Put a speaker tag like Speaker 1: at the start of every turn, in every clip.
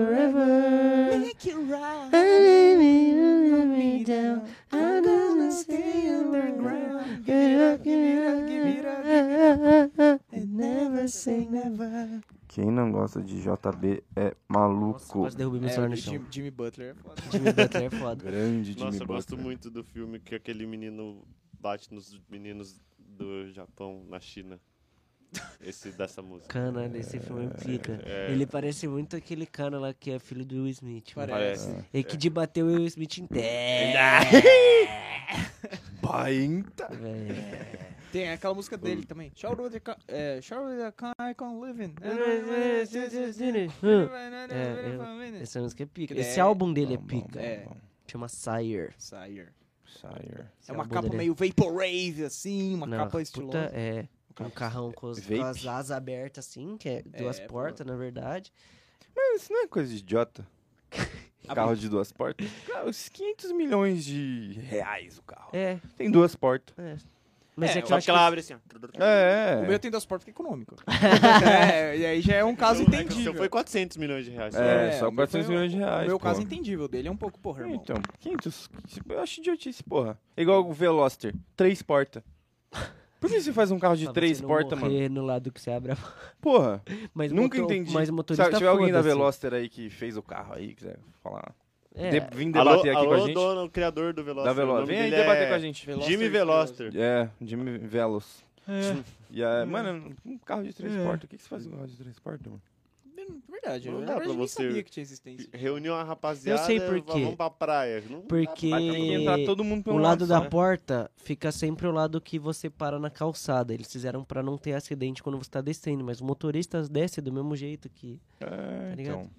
Speaker 1: forever.
Speaker 2: Make it right.
Speaker 1: Let me, let me down.
Speaker 2: I'm gonna
Speaker 1: I'm gonna
Speaker 2: stay
Speaker 1: stay
Speaker 2: underground.
Speaker 1: underground.
Speaker 2: Give it up, give it up, give it up,
Speaker 1: And never say never.
Speaker 3: Quem não gosta de JB é
Speaker 4: Nossa,
Speaker 3: maluco.
Speaker 4: quase derrubei meu
Speaker 2: É,
Speaker 4: celular
Speaker 2: o
Speaker 4: no chão.
Speaker 2: Jim- Jimmy Butler. é foda.
Speaker 4: Jimmy Butler é foda.
Speaker 3: Grande Jimmy
Speaker 5: Nossa, eu gosto
Speaker 3: Butler.
Speaker 5: muito do filme que aquele menino bate nos meninos do Japão, na China. Esse dessa música.
Speaker 4: Cana, né? esse filme um pica.
Speaker 5: É.
Speaker 4: Ele parece muito aquele cara lá que é filho do Will Smith. mano.
Speaker 2: Parece.
Speaker 4: E que de bater o Will Smith em terra.
Speaker 3: Bainta.
Speaker 4: velho.
Speaker 2: Tem aquela música dele também. Shout out the ca- é, shout out the ca- I can't live in.
Speaker 1: é,
Speaker 4: É, Essa música é pica.
Speaker 2: Que
Speaker 4: Esse
Speaker 2: é-
Speaker 4: álbum dele é pica.
Speaker 2: É.
Speaker 4: Chama Sire.
Speaker 2: Sire.
Speaker 3: Sire.
Speaker 4: Esse
Speaker 2: É uma
Speaker 4: álbum
Speaker 2: capa
Speaker 4: dele
Speaker 2: meio vaporwave, assim, uma
Speaker 4: Não,
Speaker 2: capa
Speaker 4: puta,
Speaker 2: estilosa.
Speaker 4: é. Um carrão com, os-
Speaker 3: Vape.
Speaker 4: com as asas abertas, assim, que é duas
Speaker 2: É, pô.
Speaker 4: portas, na verdade.
Speaker 3: Mas isso não é coisa de idiota. carro
Speaker 2: Abre-
Speaker 3: de duas portas? Cara, os 500 milhões de reais o carro.
Speaker 4: É,
Speaker 3: Tem duas portas.
Speaker 4: é. Mas
Speaker 2: É,
Speaker 4: é,
Speaker 2: eu
Speaker 4: que eu
Speaker 5: Só
Speaker 4: acho
Speaker 5: que ela abre assim, ó.
Speaker 3: É, é.
Speaker 4: tá
Speaker 2: O meu tem duas portas porque é econômico. é, e aí já é um caso
Speaker 5: Então, é que o seu
Speaker 2: entendível.
Speaker 5: foi 400 milhões de reais.
Speaker 3: É,
Speaker 2: É,
Speaker 3: só
Speaker 2: o meu
Speaker 3: 400
Speaker 2: foi
Speaker 3: milhões de
Speaker 2: O
Speaker 3: reais.
Speaker 2: meu
Speaker 3: pô.
Speaker 2: caso entendível dele é um pouco, porra, irmão.
Speaker 3: Então, 500. Eu acho idiotice, porra. É Igual o Veloster. Três portas. Por que você faz um carro de
Speaker 4: pra
Speaker 3: três
Speaker 4: Ah, você não
Speaker 3: portas, mano?
Speaker 4: morrer no lado que você abre a
Speaker 3: Porra,
Speaker 4: Mas
Speaker 3: nunca
Speaker 4: motor-
Speaker 3: entendi.
Speaker 4: Mas
Speaker 3: Se
Speaker 4: o motorista
Speaker 3: tiver alguém da
Speaker 4: foda-se.
Speaker 3: Veloster aí que fez o carro aí, quiser falar.
Speaker 4: É,
Speaker 3: De- vim
Speaker 5: Alô,
Speaker 3: debater aqui
Speaker 5: alô
Speaker 3: com a gente.
Speaker 5: dono, o criador do Veloster.
Speaker 3: da
Speaker 5: o
Speaker 3: Veloster.
Speaker 5: nome
Speaker 3: Vem aí
Speaker 5: dele
Speaker 3: debater
Speaker 5: é
Speaker 3: com a gente.
Speaker 5: Jimmy Veloster.
Speaker 3: É, Jimmy Velos. E, é, Mano, um carro de três
Speaker 4: É.
Speaker 3: portas. O que, que você faz com um carro de três portas, mano?
Speaker 2: Hum, Verdade, eu
Speaker 5: Não dá
Speaker 2: na
Speaker 5: pra
Speaker 2: verdade nem
Speaker 5: você-
Speaker 2: sabia que tinha existência.
Speaker 5: Reuniu uma rapaziada.
Speaker 4: Eu sei por
Speaker 5: va-
Speaker 4: quê.
Speaker 5: Vamos pra praia. Não dá
Speaker 4: Porque
Speaker 5: pra-
Speaker 3: Mas tem que entrar todo mundo pelo
Speaker 4: o lado né? da
Speaker 3: só.
Speaker 4: porta fica sempre o lado que você para na calçada. Eles fizeram pra não ter acidente quando você tá descendo, mas o motorista desce do mesmo jeito que.
Speaker 3: É,
Speaker 4: ligado?
Speaker 3: então.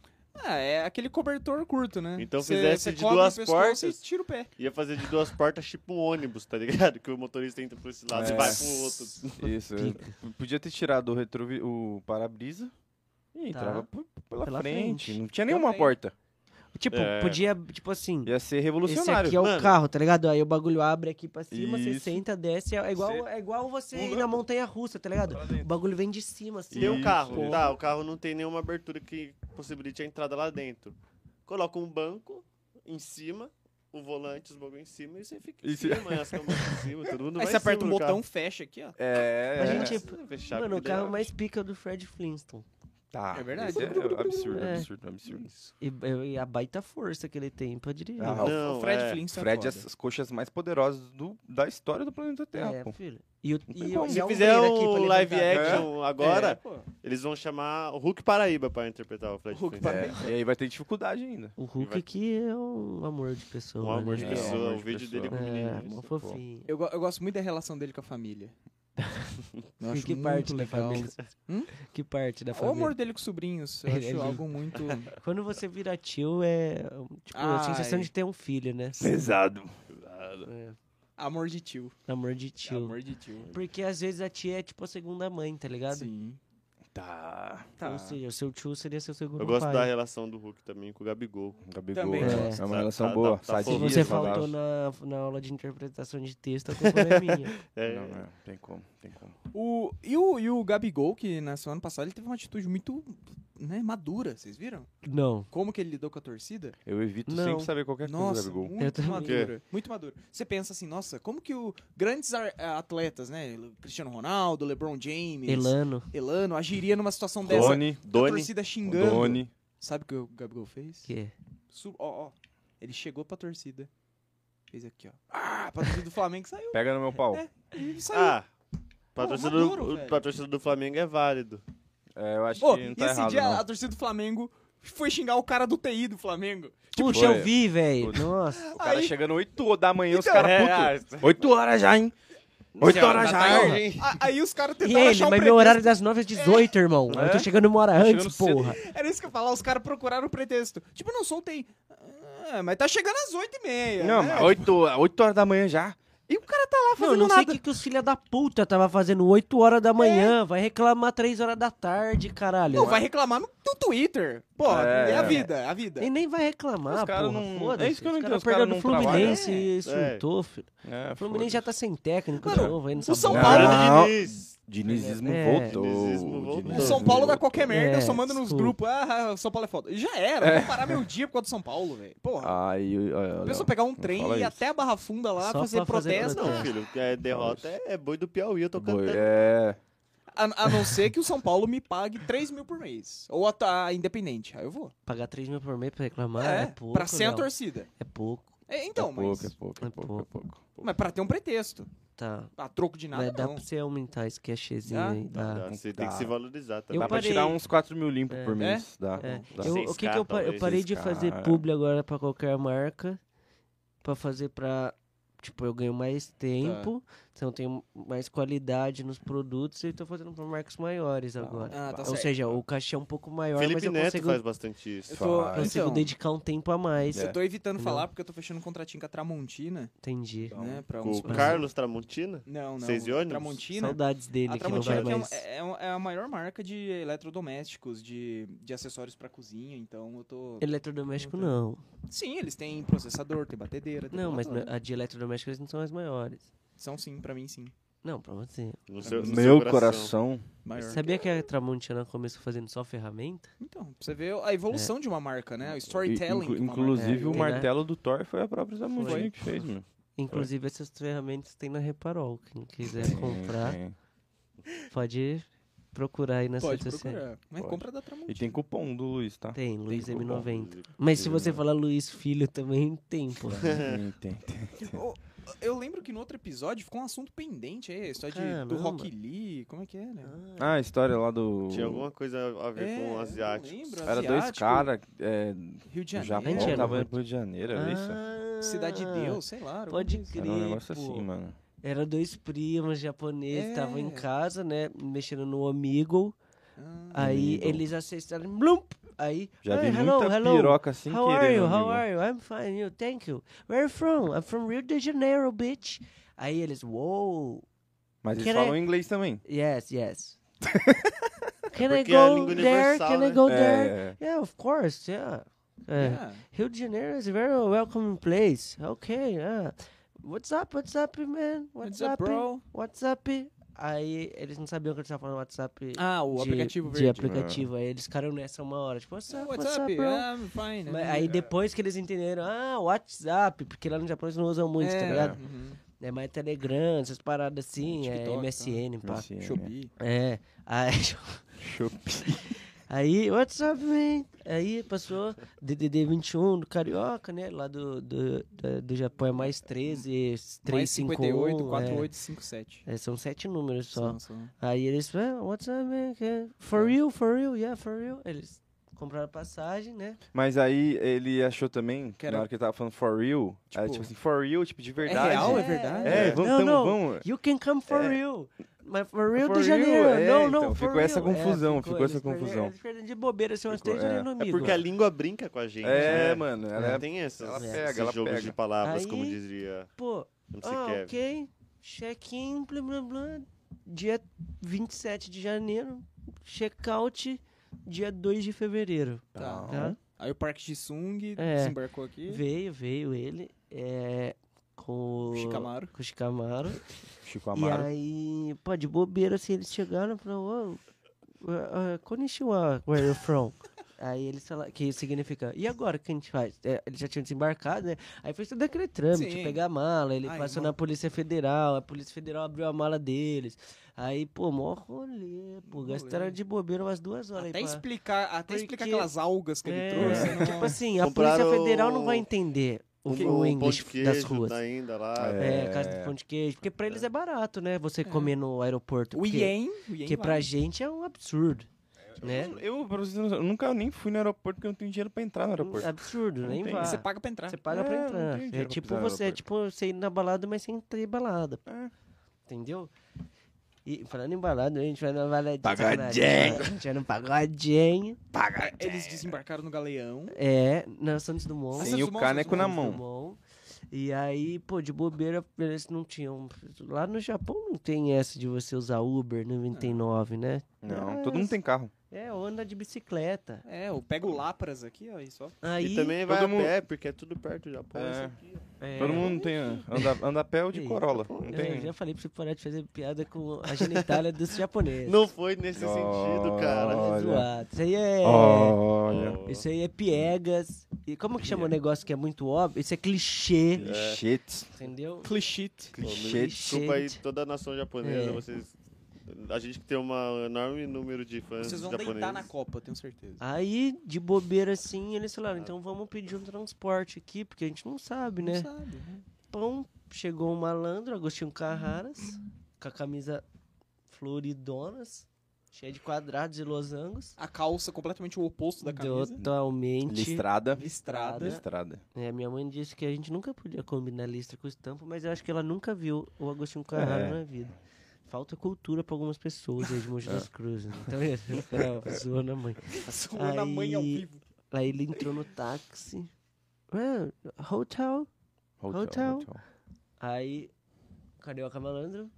Speaker 2: Ah, é aquele cobertor curto, né?
Speaker 5: Então
Speaker 2: Cê-
Speaker 5: fizesse
Speaker 2: cê
Speaker 5: de
Speaker 2: cobre o
Speaker 5: duas
Speaker 2: pescoço
Speaker 5: portas.
Speaker 2: e tira o pé.
Speaker 5: Ia fazer de duas portas tipo um ônibus, tá ligado? Que o motorista entra por esse lado
Speaker 3: É.
Speaker 5: e vai pro outro.
Speaker 3: então. Isso.
Speaker 4: Pica.
Speaker 3: P- Podia ter tirado o, retrovi- o para-brisa e
Speaker 4: Tá.
Speaker 3: entrava p- pela,
Speaker 4: Pela
Speaker 3: frente.
Speaker 4: frente.
Speaker 3: Não tinha nenhuma
Speaker 2: Também.
Speaker 3: porta.
Speaker 4: Tipo,
Speaker 5: É.
Speaker 4: podia, tipo assim.
Speaker 3: Ia ser
Speaker 4: Esse
Speaker 3: revolucionário.
Speaker 4: aqui é o
Speaker 5: Mano.
Speaker 4: carro, tá ligado? Aí o bagulho abre aqui pra cima, você
Speaker 3: Isso.
Speaker 4: senta, desce. É igual,
Speaker 3: Você-
Speaker 4: é igual você ir
Speaker 3: Pulando.
Speaker 4: na montanha russa, tá ligado? O bagulho vem de cima, assim.
Speaker 5: Tem um
Speaker 3: Isso,
Speaker 5: carro,
Speaker 3: isso.
Speaker 5: tá? O carro não tem nenhuma abertura que possibilite a entrada lá dentro. Coloca um banco em cima, o volante, os bagulho em cima, e você fica em
Speaker 3: Isso.
Speaker 5: cima, né? as camas em cima, todo mundo
Speaker 2: Aí
Speaker 5: vai
Speaker 2: você
Speaker 5: em cima
Speaker 2: aperta o
Speaker 5: do
Speaker 2: botão,
Speaker 5: carro.
Speaker 2: fecha aqui, ó.
Speaker 3: É.
Speaker 4: A gente-
Speaker 5: Não precisa fechar,
Speaker 4: Mano, o
Speaker 5: porque
Speaker 4: carro
Speaker 5: daí-
Speaker 4: mais pica é o do Fred Flintstone.
Speaker 3: Tá.
Speaker 2: É verdade.
Speaker 3: Esse É absurdo,
Speaker 4: É.
Speaker 3: absurdo, absurdo.
Speaker 4: E, e a baita força que ele tem pra dirigir.
Speaker 3: Ah,
Speaker 4: É,
Speaker 5: Não,
Speaker 2: o Fred
Speaker 5: é.
Speaker 2: Flintstone.
Speaker 3: Fred é
Speaker 2: é foda.
Speaker 3: as coxas mais poderosas do- da história do planeta Terra, pô.
Speaker 4: É, filho. E, o,
Speaker 3: tem
Speaker 4: e,
Speaker 3: como.
Speaker 4: e
Speaker 5: Se
Speaker 4: a
Speaker 5: fizer
Speaker 4: ombreira aqui pra
Speaker 5: um live
Speaker 4: levantar.
Speaker 5: action
Speaker 2: É,
Speaker 5: agora,
Speaker 2: pô.
Speaker 5: eles vão chamar o Hulk Paraíba pra interpretar o Fred
Speaker 2: Hulk
Speaker 5: Flintstone.
Speaker 2: Paraíba.
Speaker 3: É, E aí vai ter dificuldade ainda.
Speaker 4: O
Speaker 5: E vai-
Speaker 4: Hulk que é um amor de pessoa.
Speaker 5: Um amor de
Speaker 4: né?
Speaker 3: É, um
Speaker 5: pessoa,
Speaker 3: amor
Speaker 5: o
Speaker 3: de
Speaker 5: vídeo
Speaker 3: pessoa.
Speaker 5: dele com o
Speaker 4: É,
Speaker 5: menino.
Speaker 4: mó fofinho.
Speaker 2: Eu, go- eu gosto muito da relação dele com a família. Eu
Speaker 4: E
Speaker 2: acho
Speaker 4: que
Speaker 2: muito
Speaker 4: parte da
Speaker 2: legal.
Speaker 4: família?
Speaker 2: Hum?
Speaker 4: Que parte da
Speaker 2: O
Speaker 4: família?
Speaker 2: amor dele com os sobrinhos, eu
Speaker 4: É
Speaker 2: acho
Speaker 4: lindo.
Speaker 2: algo muito...
Speaker 4: Quando você vira tio, é tipo, a sensação
Speaker 2: Ai.
Speaker 4: de ter um filho, né?
Speaker 3: Pesado.
Speaker 4: É,
Speaker 2: Amor de tio.
Speaker 4: amor de tio.
Speaker 2: Amor de tio.
Speaker 4: Porque às vezes a tia é tipo a segunda mãe, tá ligado?
Speaker 2: Sim.
Speaker 3: Tá.
Speaker 2: Tá.
Speaker 4: Ou seja, o seu tio seria seu segundo
Speaker 5: Eu gosto
Speaker 4: pai.
Speaker 5: da relação do Hulk também com o Gabigol.
Speaker 3: Gabigol.
Speaker 2: Também
Speaker 3: né?
Speaker 4: gosto.
Speaker 3: É uma
Speaker 5: Tá-
Speaker 3: relação
Speaker 5: tá-
Speaker 3: boa.
Speaker 5: tá- tá
Speaker 4: Se
Speaker 3: sadia,
Speaker 5: fofo.
Speaker 4: você
Speaker 3: saudável.
Speaker 4: faltou na, na aula de interpretação de texto, a culpa não é minha.
Speaker 5: É,
Speaker 3: Não, não, tem como, tem como.
Speaker 2: O, e, o, e o Gabigol, que na semana passada ele teve uma atitude muito né, madura, vocês viram?
Speaker 4: Não.
Speaker 2: Como que ele lidou com a torcida?
Speaker 3: Eu evito
Speaker 4: Não.
Speaker 3: sempre saber qualquer coisa
Speaker 2: Nossa,
Speaker 3: do Gabigol.
Speaker 4: Eu
Speaker 2: muito
Speaker 4: também.
Speaker 2: madura. Muito madura. Você pensa assim, nossa, como que o grandes ar- atletas, né? Cristiano Ronaldo, LeBron James,
Speaker 4: Elano.
Speaker 2: Elano, agiria numa situação um dessa?
Speaker 3: Doni,
Speaker 2: a
Speaker 5: Doni,
Speaker 2: torcida xingando.
Speaker 3: Doni.
Speaker 2: Sabe o que o Gabigol fez?
Speaker 4: Que é?
Speaker 2: Su- ó, ó. Ele chegou pra torcida. Fez aqui, ó. Ah, pra torcida do Flamengo saiu.
Speaker 3: Pega no meu pau.
Speaker 2: É. E saiu.
Speaker 5: Ah, pra,
Speaker 2: Pô,
Speaker 5: torcida
Speaker 2: maduro,
Speaker 5: do,
Speaker 2: velho.
Speaker 5: pra torcida do Flamengo é válido.
Speaker 3: É, eu acho
Speaker 2: Pô,
Speaker 3: que não
Speaker 2: e
Speaker 3: tá
Speaker 2: esse
Speaker 3: errado,
Speaker 2: dia
Speaker 3: não.
Speaker 2: a torcida do Flamengo foi xingar o cara do TI do Flamengo.
Speaker 4: Puxa,
Speaker 3: foi-
Speaker 2: é.
Speaker 4: eu vi, velho. Nossa.
Speaker 3: O cara
Speaker 2: Aí-
Speaker 3: chegando 8 da manhã, os
Speaker 2: Então,
Speaker 3: caras
Speaker 5: é,
Speaker 3: putos. 8 horas já, hein?
Speaker 2: é
Speaker 3: 8
Speaker 2: tá
Speaker 3: horas já,
Speaker 4: tarde,
Speaker 3: hein?
Speaker 2: A- Aí os caras
Speaker 4: E
Speaker 2: tentaram
Speaker 4: ele,
Speaker 2: achar um
Speaker 4: mas
Speaker 2: pretexto.
Speaker 4: meu horário é das 9 às 18, irmão. Eu
Speaker 3: É?
Speaker 4: tô chegando uma hora antes,
Speaker 3: chegando cedo.
Speaker 4: porra.
Speaker 2: Era isso que eu ia falar, os caras procuraram o pretexto. Tipo, não soltei. Ah, mas tá chegando às 8h30.
Speaker 3: Não,
Speaker 2: né?
Speaker 3: mas 8, 8 horas da manhã já.
Speaker 2: E o cara tá lá
Speaker 4: Não, eu
Speaker 2: fazendo
Speaker 4: não sei o
Speaker 2: nada. É.
Speaker 4: que, que os filha da puta tava fazendo 8 horas da manhã. Vai reclamar 3 horas da tarde, caralho.
Speaker 2: Não, vai reclamar no, no Twitter. Porra, é.
Speaker 3: né? É.
Speaker 2: a vida, é a vida.
Speaker 4: E nem vai reclamar,
Speaker 3: Os
Speaker 4: porra.
Speaker 3: cara não-
Speaker 4: foda-se.
Speaker 3: é isso que eu não
Speaker 4: Os cara
Speaker 3: entendo, os cara
Speaker 4: perdeu do
Speaker 3: não
Speaker 4: Fluminense
Speaker 2: trabalham.
Speaker 4: e surtou, filho.
Speaker 3: É,
Speaker 4: O Fluminense já tá sem técnico de
Speaker 2: Mano,
Speaker 4: novo aí no
Speaker 2: o São
Speaker 3: Paulo-
Speaker 5: Fernando Diniz.
Speaker 3: Dinizismo
Speaker 4: É.
Speaker 3: voltou.
Speaker 5: Dinizismo voltou.
Speaker 2: O São Paulo dá qualquer merda,
Speaker 4: É,
Speaker 2: eu só mando nos
Speaker 4: desculpa.
Speaker 2: grupos. Ah, o São Paulo é foda. Já era, eu vou parar meu dia por causa do São Paulo, velho. Porra,
Speaker 3: Ai,
Speaker 2: pensa eu pegar um trem
Speaker 3: Ah, fala
Speaker 2: e ir
Speaker 3: isso.
Speaker 2: até a Barra Funda lá
Speaker 4: Só
Speaker 2: fazer
Speaker 4: pra fazer
Speaker 2: protesto.
Speaker 4: protesto.
Speaker 5: Não, filho, é, derrota é, é boi do Piauí, eu tô cantando.
Speaker 3: É.
Speaker 2: A, a não ser que o São Paulo me pague 3 mil por mês. Ou a, a Independente. Aí eu vou.
Speaker 4: Pagar 3 mil por mês pra reclamar é,
Speaker 2: é,
Speaker 4: pouco.
Speaker 2: pra ser a
Speaker 4: Léo.
Speaker 2: torcida.
Speaker 4: É pouco.
Speaker 2: É, então,
Speaker 3: é
Speaker 2: mas,
Speaker 3: pouco, é pouco, é
Speaker 4: é
Speaker 3: pouco, é pouco.
Speaker 2: mas pra ter um pretexto.
Speaker 4: Tá.
Speaker 2: A troco de
Speaker 4: Mas
Speaker 2: nada,
Speaker 4: dá
Speaker 2: não.
Speaker 4: pra você aumentar esse cachezinho
Speaker 2: Dá?
Speaker 4: aí. Dá.
Speaker 5: Dá, Tá, Você tem que
Speaker 3: dá.
Speaker 5: se valorizar também.
Speaker 4: Eu
Speaker 3: Ah, Dá pra
Speaker 4: parei.
Speaker 3: tirar uns 4 mil limpo
Speaker 4: É.
Speaker 3: por mês. Dá,
Speaker 4: É,
Speaker 3: dá.
Speaker 4: eu-
Speaker 5: Seis
Speaker 4: o que,
Speaker 5: K,
Speaker 4: que eu, pa- eu
Speaker 5: talvez,
Speaker 4: parei
Speaker 3: seis
Speaker 4: de
Speaker 3: K,
Speaker 4: fazer
Speaker 3: é.
Speaker 4: publi agora pra qualquer marca? Pra fazer pra. Tipo, eu ganho
Speaker 2: Tá.
Speaker 4: mais tempo, então eu tenho mais qualidade nos produtos e eu tô fazendo pra marcas maiores agora.
Speaker 2: Ah, tá
Speaker 4: Ou
Speaker 2: certo.
Speaker 4: seja, o cachê é um pouco maior, mas
Speaker 5: Felipe
Speaker 4: eu
Speaker 5: Neto
Speaker 4: consigo,
Speaker 5: faz bastante isso.
Speaker 2: Eu tô,
Speaker 3: Faz.
Speaker 4: consigo
Speaker 2: então, É.
Speaker 4: dedicar um tempo a mais.
Speaker 2: eu tô evitando
Speaker 4: Não.
Speaker 2: falar porque eu tô fechando um contratinho com a Tramontina,
Speaker 4: Entendi.
Speaker 2: né? Pra
Speaker 5: Com
Speaker 2: uns
Speaker 5: o Carlos Tramontina?
Speaker 2: Não, não.
Speaker 5: Vocês de ônibus?
Speaker 2: Tramontina.
Speaker 4: Saudades dele
Speaker 2: A
Speaker 4: que não vai
Speaker 2: Tramontina que é, um-
Speaker 4: mais.
Speaker 2: é, um- é a maior marca de eletrodomésticos, de, de acessórios pra cozinha, então eu tô...
Speaker 4: Eletrodoméstico não.
Speaker 2: Sim, eles têm processador, tem batedeira. Tem
Speaker 4: Não, é- mas
Speaker 2: tudo, né?
Speaker 4: a de eletrodoméstico eles não são as maiores.
Speaker 2: São sim, pra mim sim.
Speaker 4: Não, pra você.
Speaker 5: No seu, no
Speaker 3: Meu
Speaker 5: seu
Speaker 3: coração.
Speaker 2: Maior. é.
Speaker 4: Sabia que a Tramontina começou fazendo só ferramenta?
Speaker 2: Então, pra você vê a
Speaker 4: É.
Speaker 2: evolução de uma marca, né? O storytelling.
Speaker 3: Inclu-
Speaker 2: de uma
Speaker 3: inclusive,
Speaker 4: marca.
Speaker 3: o
Speaker 4: Tem, né?
Speaker 3: martelo do Thor foi a própria Zamutinha
Speaker 4: Foi.
Speaker 3: que fez, mano.
Speaker 4: Inclusive, essas ferramentas tem na Reparol. Quem quiser comprar,
Speaker 3: Tem, tem.
Speaker 4: pode procurar aí na
Speaker 2: marca. pode
Speaker 4: redes sociais.
Speaker 2: procurar. Mas
Speaker 3: Pode.
Speaker 2: compra da
Speaker 3: E
Speaker 2: Tramontina.
Speaker 3: tem cupom do Luiz, tá?
Speaker 4: Tem, Luiz
Speaker 3: cupom.
Speaker 4: M90.
Speaker 5: coração.
Speaker 4: Mas se você falar Luiz Filho também, tem, pô.
Speaker 3: Tem, tem, tem.
Speaker 2: Ô, Eu lembro que no outro episódio ficou um assunto pendente aí, a história de,
Speaker 4: Caramba.
Speaker 2: do Rock Lee, como é que é, né?
Speaker 3: Ah, a história lá do...
Speaker 5: Tinha alguma coisa a ver
Speaker 2: É, eu
Speaker 5: com
Speaker 2: não
Speaker 5: asiáticos.
Speaker 2: lembro,
Speaker 3: Era dois
Speaker 2: asiático,
Speaker 3: caras é,
Speaker 2: Rio de
Speaker 3: do
Speaker 2: Janeiro,
Speaker 3: Japão,
Speaker 4: Gente, era
Speaker 3: tava
Speaker 4: um-
Speaker 3: no Rio de Janeiro, era isso?
Speaker 4: Ah,
Speaker 2: Cidade de Deus, sei lá. alguma
Speaker 4: Pode
Speaker 2: coisa.
Speaker 4: crer.
Speaker 3: Era um negócio
Speaker 4: pô.
Speaker 3: assim, mano.
Speaker 4: Era dois primos japoneses, estavam em
Speaker 2: É.
Speaker 4: casa, né? Mexendo no Omegle.
Speaker 2: Ah,
Speaker 4: Aí
Speaker 3: Omegle.
Speaker 4: eles acessaram. Blump! Aí.
Speaker 3: Já
Speaker 4: "Ah,
Speaker 3: vi
Speaker 4: hello,
Speaker 3: muita
Speaker 4: hello.
Speaker 3: piroca assim sem
Speaker 4: How
Speaker 3: querer,
Speaker 4: are you?
Speaker 3: meu
Speaker 4: How
Speaker 3: amigo.
Speaker 4: are you? I'm fine. You? Thank you. Where you from? I'm from Rio de Janeiro, bitch. Aí eles, wow.
Speaker 3: Mas eles
Speaker 4: Querer-
Speaker 3: falam inglês também.
Speaker 4: Yes, yes. Can I
Speaker 5: porque é a
Speaker 4: go
Speaker 5: língua
Speaker 4: there?
Speaker 5: universal,
Speaker 4: Can I
Speaker 5: né?
Speaker 4: go there?
Speaker 3: É,
Speaker 4: Yeah, of course. Yeah. Uh,
Speaker 2: é.
Speaker 4: Rio de Janeiro is a very welcoming place. Okay. Yeah. What's up? What's up, man?
Speaker 2: What's
Speaker 4: What's,
Speaker 2: up, bro?
Speaker 4: What's up? Aí eles não sabiam que eu estava falando WhatsApp.
Speaker 2: Ah, o
Speaker 4: de,
Speaker 2: aplicativo
Speaker 4: de
Speaker 2: verde.
Speaker 4: aplicativo. Aí eles ficaram nessa uma hora. Tipo, what's up?
Speaker 2: What's,
Speaker 4: What's,
Speaker 2: up?
Speaker 4: up, bro?
Speaker 2: I'm fine. né?
Speaker 4: Mas aí depois que eles entenderam, ah, WhatsApp, porque lá no Japão eles não usam muito, tá ligado?
Speaker 2: Uhum.
Speaker 4: É mais Telegram, essas paradas assim, é
Speaker 2: TikTok,
Speaker 4: MSN, pá.
Speaker 3: assim, é.
Speaker 2: Shopee.
Speaker 4: É, aí,
Speaker 3: Shopee.
Speaker 4: aí, WhatsApp, man? Aí passou DDD 21 do Carioca, né? Lá do, do, da- do Japão é mais 13,
Speaker 2: Mais 58,
Speaker 4: 351.
Speaker 2: 4857.
Speaker 4: É, é, são sete números é. só.
Speaker 2: São- são-
Speaker 4: Aí eles, ah, WhatsApp, man? que- é For
Speaker 3: É.
Speaker 4: real, for real, yeah, for real. Eles compraram passagem, né?
Speaker 3: Mas aí ele achou também,
Speaker 2: Que era-
Speaker 3: na hora que ele tava falando for real,
Speaker 2: Tipo-
Speaker 3: era tipo assim, for real, tipo, de
Speaker 2: É
Speaker 3: verdade.
Speaker 2: real, é
Speaker 4: É.
Speaker 2: verdade?
Speaker 3: É, vamos,
Speaker 4: Não,
Speaker 3: tamo,
Speaker 4: não.
Speaker 3: vamos.
Speaker 4: You can come for
Speaker 3: É.
Speaker 4: real. Mas for real
Speaker 3: For
Speaker 4: do
Speaker 3: real,
Speaker 4: Janeiro.
Speaker 3: é,
Speaker 4: não, não,
Speaker 3: então,
Speaker 4: for
Speaker 3: ficou essa
Speaker 4: real. É,
Speaker 3: confusão, ficou essa
Speaker 4: eles perderam-
Speaker 3: confusão.
Speaker 4: Eles perderam de bobeira, assim, umas
Speaker 3: Ficou-
Speaker 4: três
Speaker 3: é.
Speaker 4: horas no
Speaker 5: É
Speaker 4: amigo.
Speaker 5: porque a língua brinca com a gente.
Speaker 3: É,
Speaker 5: né?
Speaker 3: mano, ela
Speaker 5: Ela
Speaker 3: é
Speaker 5: tem essas,
Speaker 3: ela pega,
Speaker 5: esses
Speaker 3: ela
Speaker 5: jogos
Speaker 3: pega.
Speaker 5: de palavras, como
Speaker 4: Aí-
Speaker 5: dizia
Speaker 4: Pô,
Speaker 5: MC
Speaker 4: ah,
Speaker 5: Kevin.
Speaker 4: ok. Check-in, blá, blá, blá. Dia 27 de janeiro. Check-out, dia 2 de fevereiro.
Speaker 2: Tá.
Speaker 4: Tá?
Speaker 2: Aí o Park Jisung
Speaker 4: É.
Speaker 2: desembarcou aqui.
Speaker 4: Veio, veio ele. É, com o...
Speaker 2: Shikamaru.
Speaker 4: Com o Shikamaru.
Speaker 3: é Chico
Speaker 4: E
Speaker 3: Amaro.
Speaker 4: aí, pô, de bobeira, assim, eles chegaram e falaram, oh, uh, Konnichiwa, where you from? aí eles falaram, que significa, e agora, o que a gente faz? É, eles já tinham desembarcado, né? Aí foi todo aquele trâmite,
Speaker 2: Sim.
Speaker 4: pegar a mala, ele
Speaker 2: Ai,
Speaker 4: passou
Speaker 2: mano.
Speaker 4: na Polícia Federal, a Polícia Federal abriu a mala deles. Aí, pô, mó rolê, pô,
Speaker 2: Rolê.
Speaker 4: gastaram de bobeira umas duas horas
Speaker 2: Até
Speaker 4: aí pra-
Speaker 2: explicar, até explicar
Speaker 4: Porque-
Speaker 2: aquelas algas que ele
Speaker 4: É,
Speaker 2: trouxe. né? não-
Speaker 4: Tipo assim, a
Speaker 5: Compraram
Speaker 4: Polícia Federal não
Speaker 5: o-
Speaker 4: vai entender o,
Speaker 5: Que-
Speaker 4: o
Speaker 5: pão
Speaker 4: English
Speaker 5: de queijo
Speaker 4: das ruas.
Speaker 5: Um tá ainda lá.
Speaker 4: É, casa do pão de queijo. Porque pra eles é barato, né? Você comer no aeroporto.
Speaker 2: o
Speaker 4: porque-
Speaker 2: Ien. O Ien
Speaker 4: Que
Speaker 2: lá.
Speaker 4: pra gente é um absurdo,
Speaker 3: É,
Speaker 4: né?
Speaker 3: Eu, eu, pra vocês, terem noção, eu nunca nem fui no aeroporto porque eu não tenho dinheiro pra entrar no aeroporto.
Speaker 4: Absurdo,
Speaker 3: Não
Speaker 4: nem
Speaker 3: tem.
Speaker 4: vá.
Speaker 2: Você paga pra entrar.
Speaker 4: Você paga
Speaker 3: É,
Speaker 4: pra
Speaker 3: não
Speaker 4: entrar.
Speaker 3: tem
Speaker 4: É
Speaker 3: dinheiro pra
Speaker 4: tipo
Speaker 3: pisar no
Speaker 4: você, é
Speaker 3: aeroporto.
Speaker 4: tipo você ir na balada, mas sem ter balada.
Speaker 3: É.
Speaker 4: Entendeu? E falando em balada, a gente vai na baladinha.
Speaker 3: Pagodinho.
Speaker 4: A gente vai no pagodinho.
Speaker 2: Paga. Eles desembarcaram no galeão.
Speaker 4: É, na Santos Dumont.
Speaker 2: Sim,
Speaker 3: Sem o
Speaker 2: Santos
Speaker 3: caneco
Speaker 2: Dumont,
Speaker 3: na
Speaker 4: Santos
Speaker 3: mão.
Speaker 4: Dumont. E aí, pô, de bobeira, eles não tinham. Lá no Japão não tem essa de você usar Uber no 99, né?
Speaker 3: Não,
Speaker 4: Ah,
Speaker 3: todo mundo tem carro.
Speaker 4: É, ou anda de bicicleta.
Speaker 2: É, eu pego Lapras aqui, ó, e só.
Speaker 4: Aí,
Speaker 5: E também vai
Speaker 3: todo
Speaker 5: a
Speaker 3: mundo-
Speaker 5: pé, porque é tudo perto do Japão.
Speaker 3: É.
Speaker 5: isso aqui, ó.
Speaker 4: é,
Speaker 3: Todo mundo tem eh, anda, anda a pé ou de
Speaker 4: Ih,
Speaker 3: Corolla.
Speaker 4: eu
Speaker 3: Não tem.
Speaker 4: é, já falei pra você parar de fazer piada com a genitália dos japoneses.
Speaker 5: Não foi nesse sentido, cara.
Speaker 4: É
Speaker 3: Olha.
Speaker 4: zoado. Isso aí é...
Speaker 3: Olha.
Speaker 5: Ó.
Speaker 4: Isso aí é piegas. E como que chama o negócio que é muito óbvio? Isso é clichê,
Speaker 3: Clichês.
Speaker 4: entendeu?
Speaker 2: Clichê.
Speaker 3: Clichês.
Speaker 5: Desculpa aí
Speaker 4: Gente.
Speaker 5: toda a nação japonesa,
Speaker 4: É.
Speaker 5: vocês. A gente que tem um enorme número de fãs
Speaker 2: Vocês vão
Speaker 5: japoneses. é
Speaker 2: deitar na Copa, tenho certeza.
Speaker 4: Aí, de bobeira assim, eles falaram, então vamos pedir um transporte aqui, porque a gente não sabe, né?
Speaker 2: Não sabe, né?
Speaker 4: Pão, chegou um malandro, Agostinho Carraras, com a camisa floridonas, cheia de quadrados e losangos.
Speaker 2: A calça completamente o oposto da camisa.
Speaker 4: Totalmente.
Speaker 3: Listrada.
Speaker 2: Listrada.
Speaker 3: Listrada.
Speaker 4: É, minha mãe disse que a gente nunca podia combinar listra com estampa, mas eu acho que ela nunca viu o Agostinho Carrara
Speaker 3: É.
Speaker 4: na vida. Falta cultura pra algumas pessoas aí de Mogi das Cruzes. Então, é, zoou na mãe.
Speaker 2: Sua na mãe ao
Speaker 4: Aí-
Speaker 2: vivo.
Speaker 4: Aí ele entrou no táxi. Ué, hotel? Hotel. Aí, Carioca Malandro,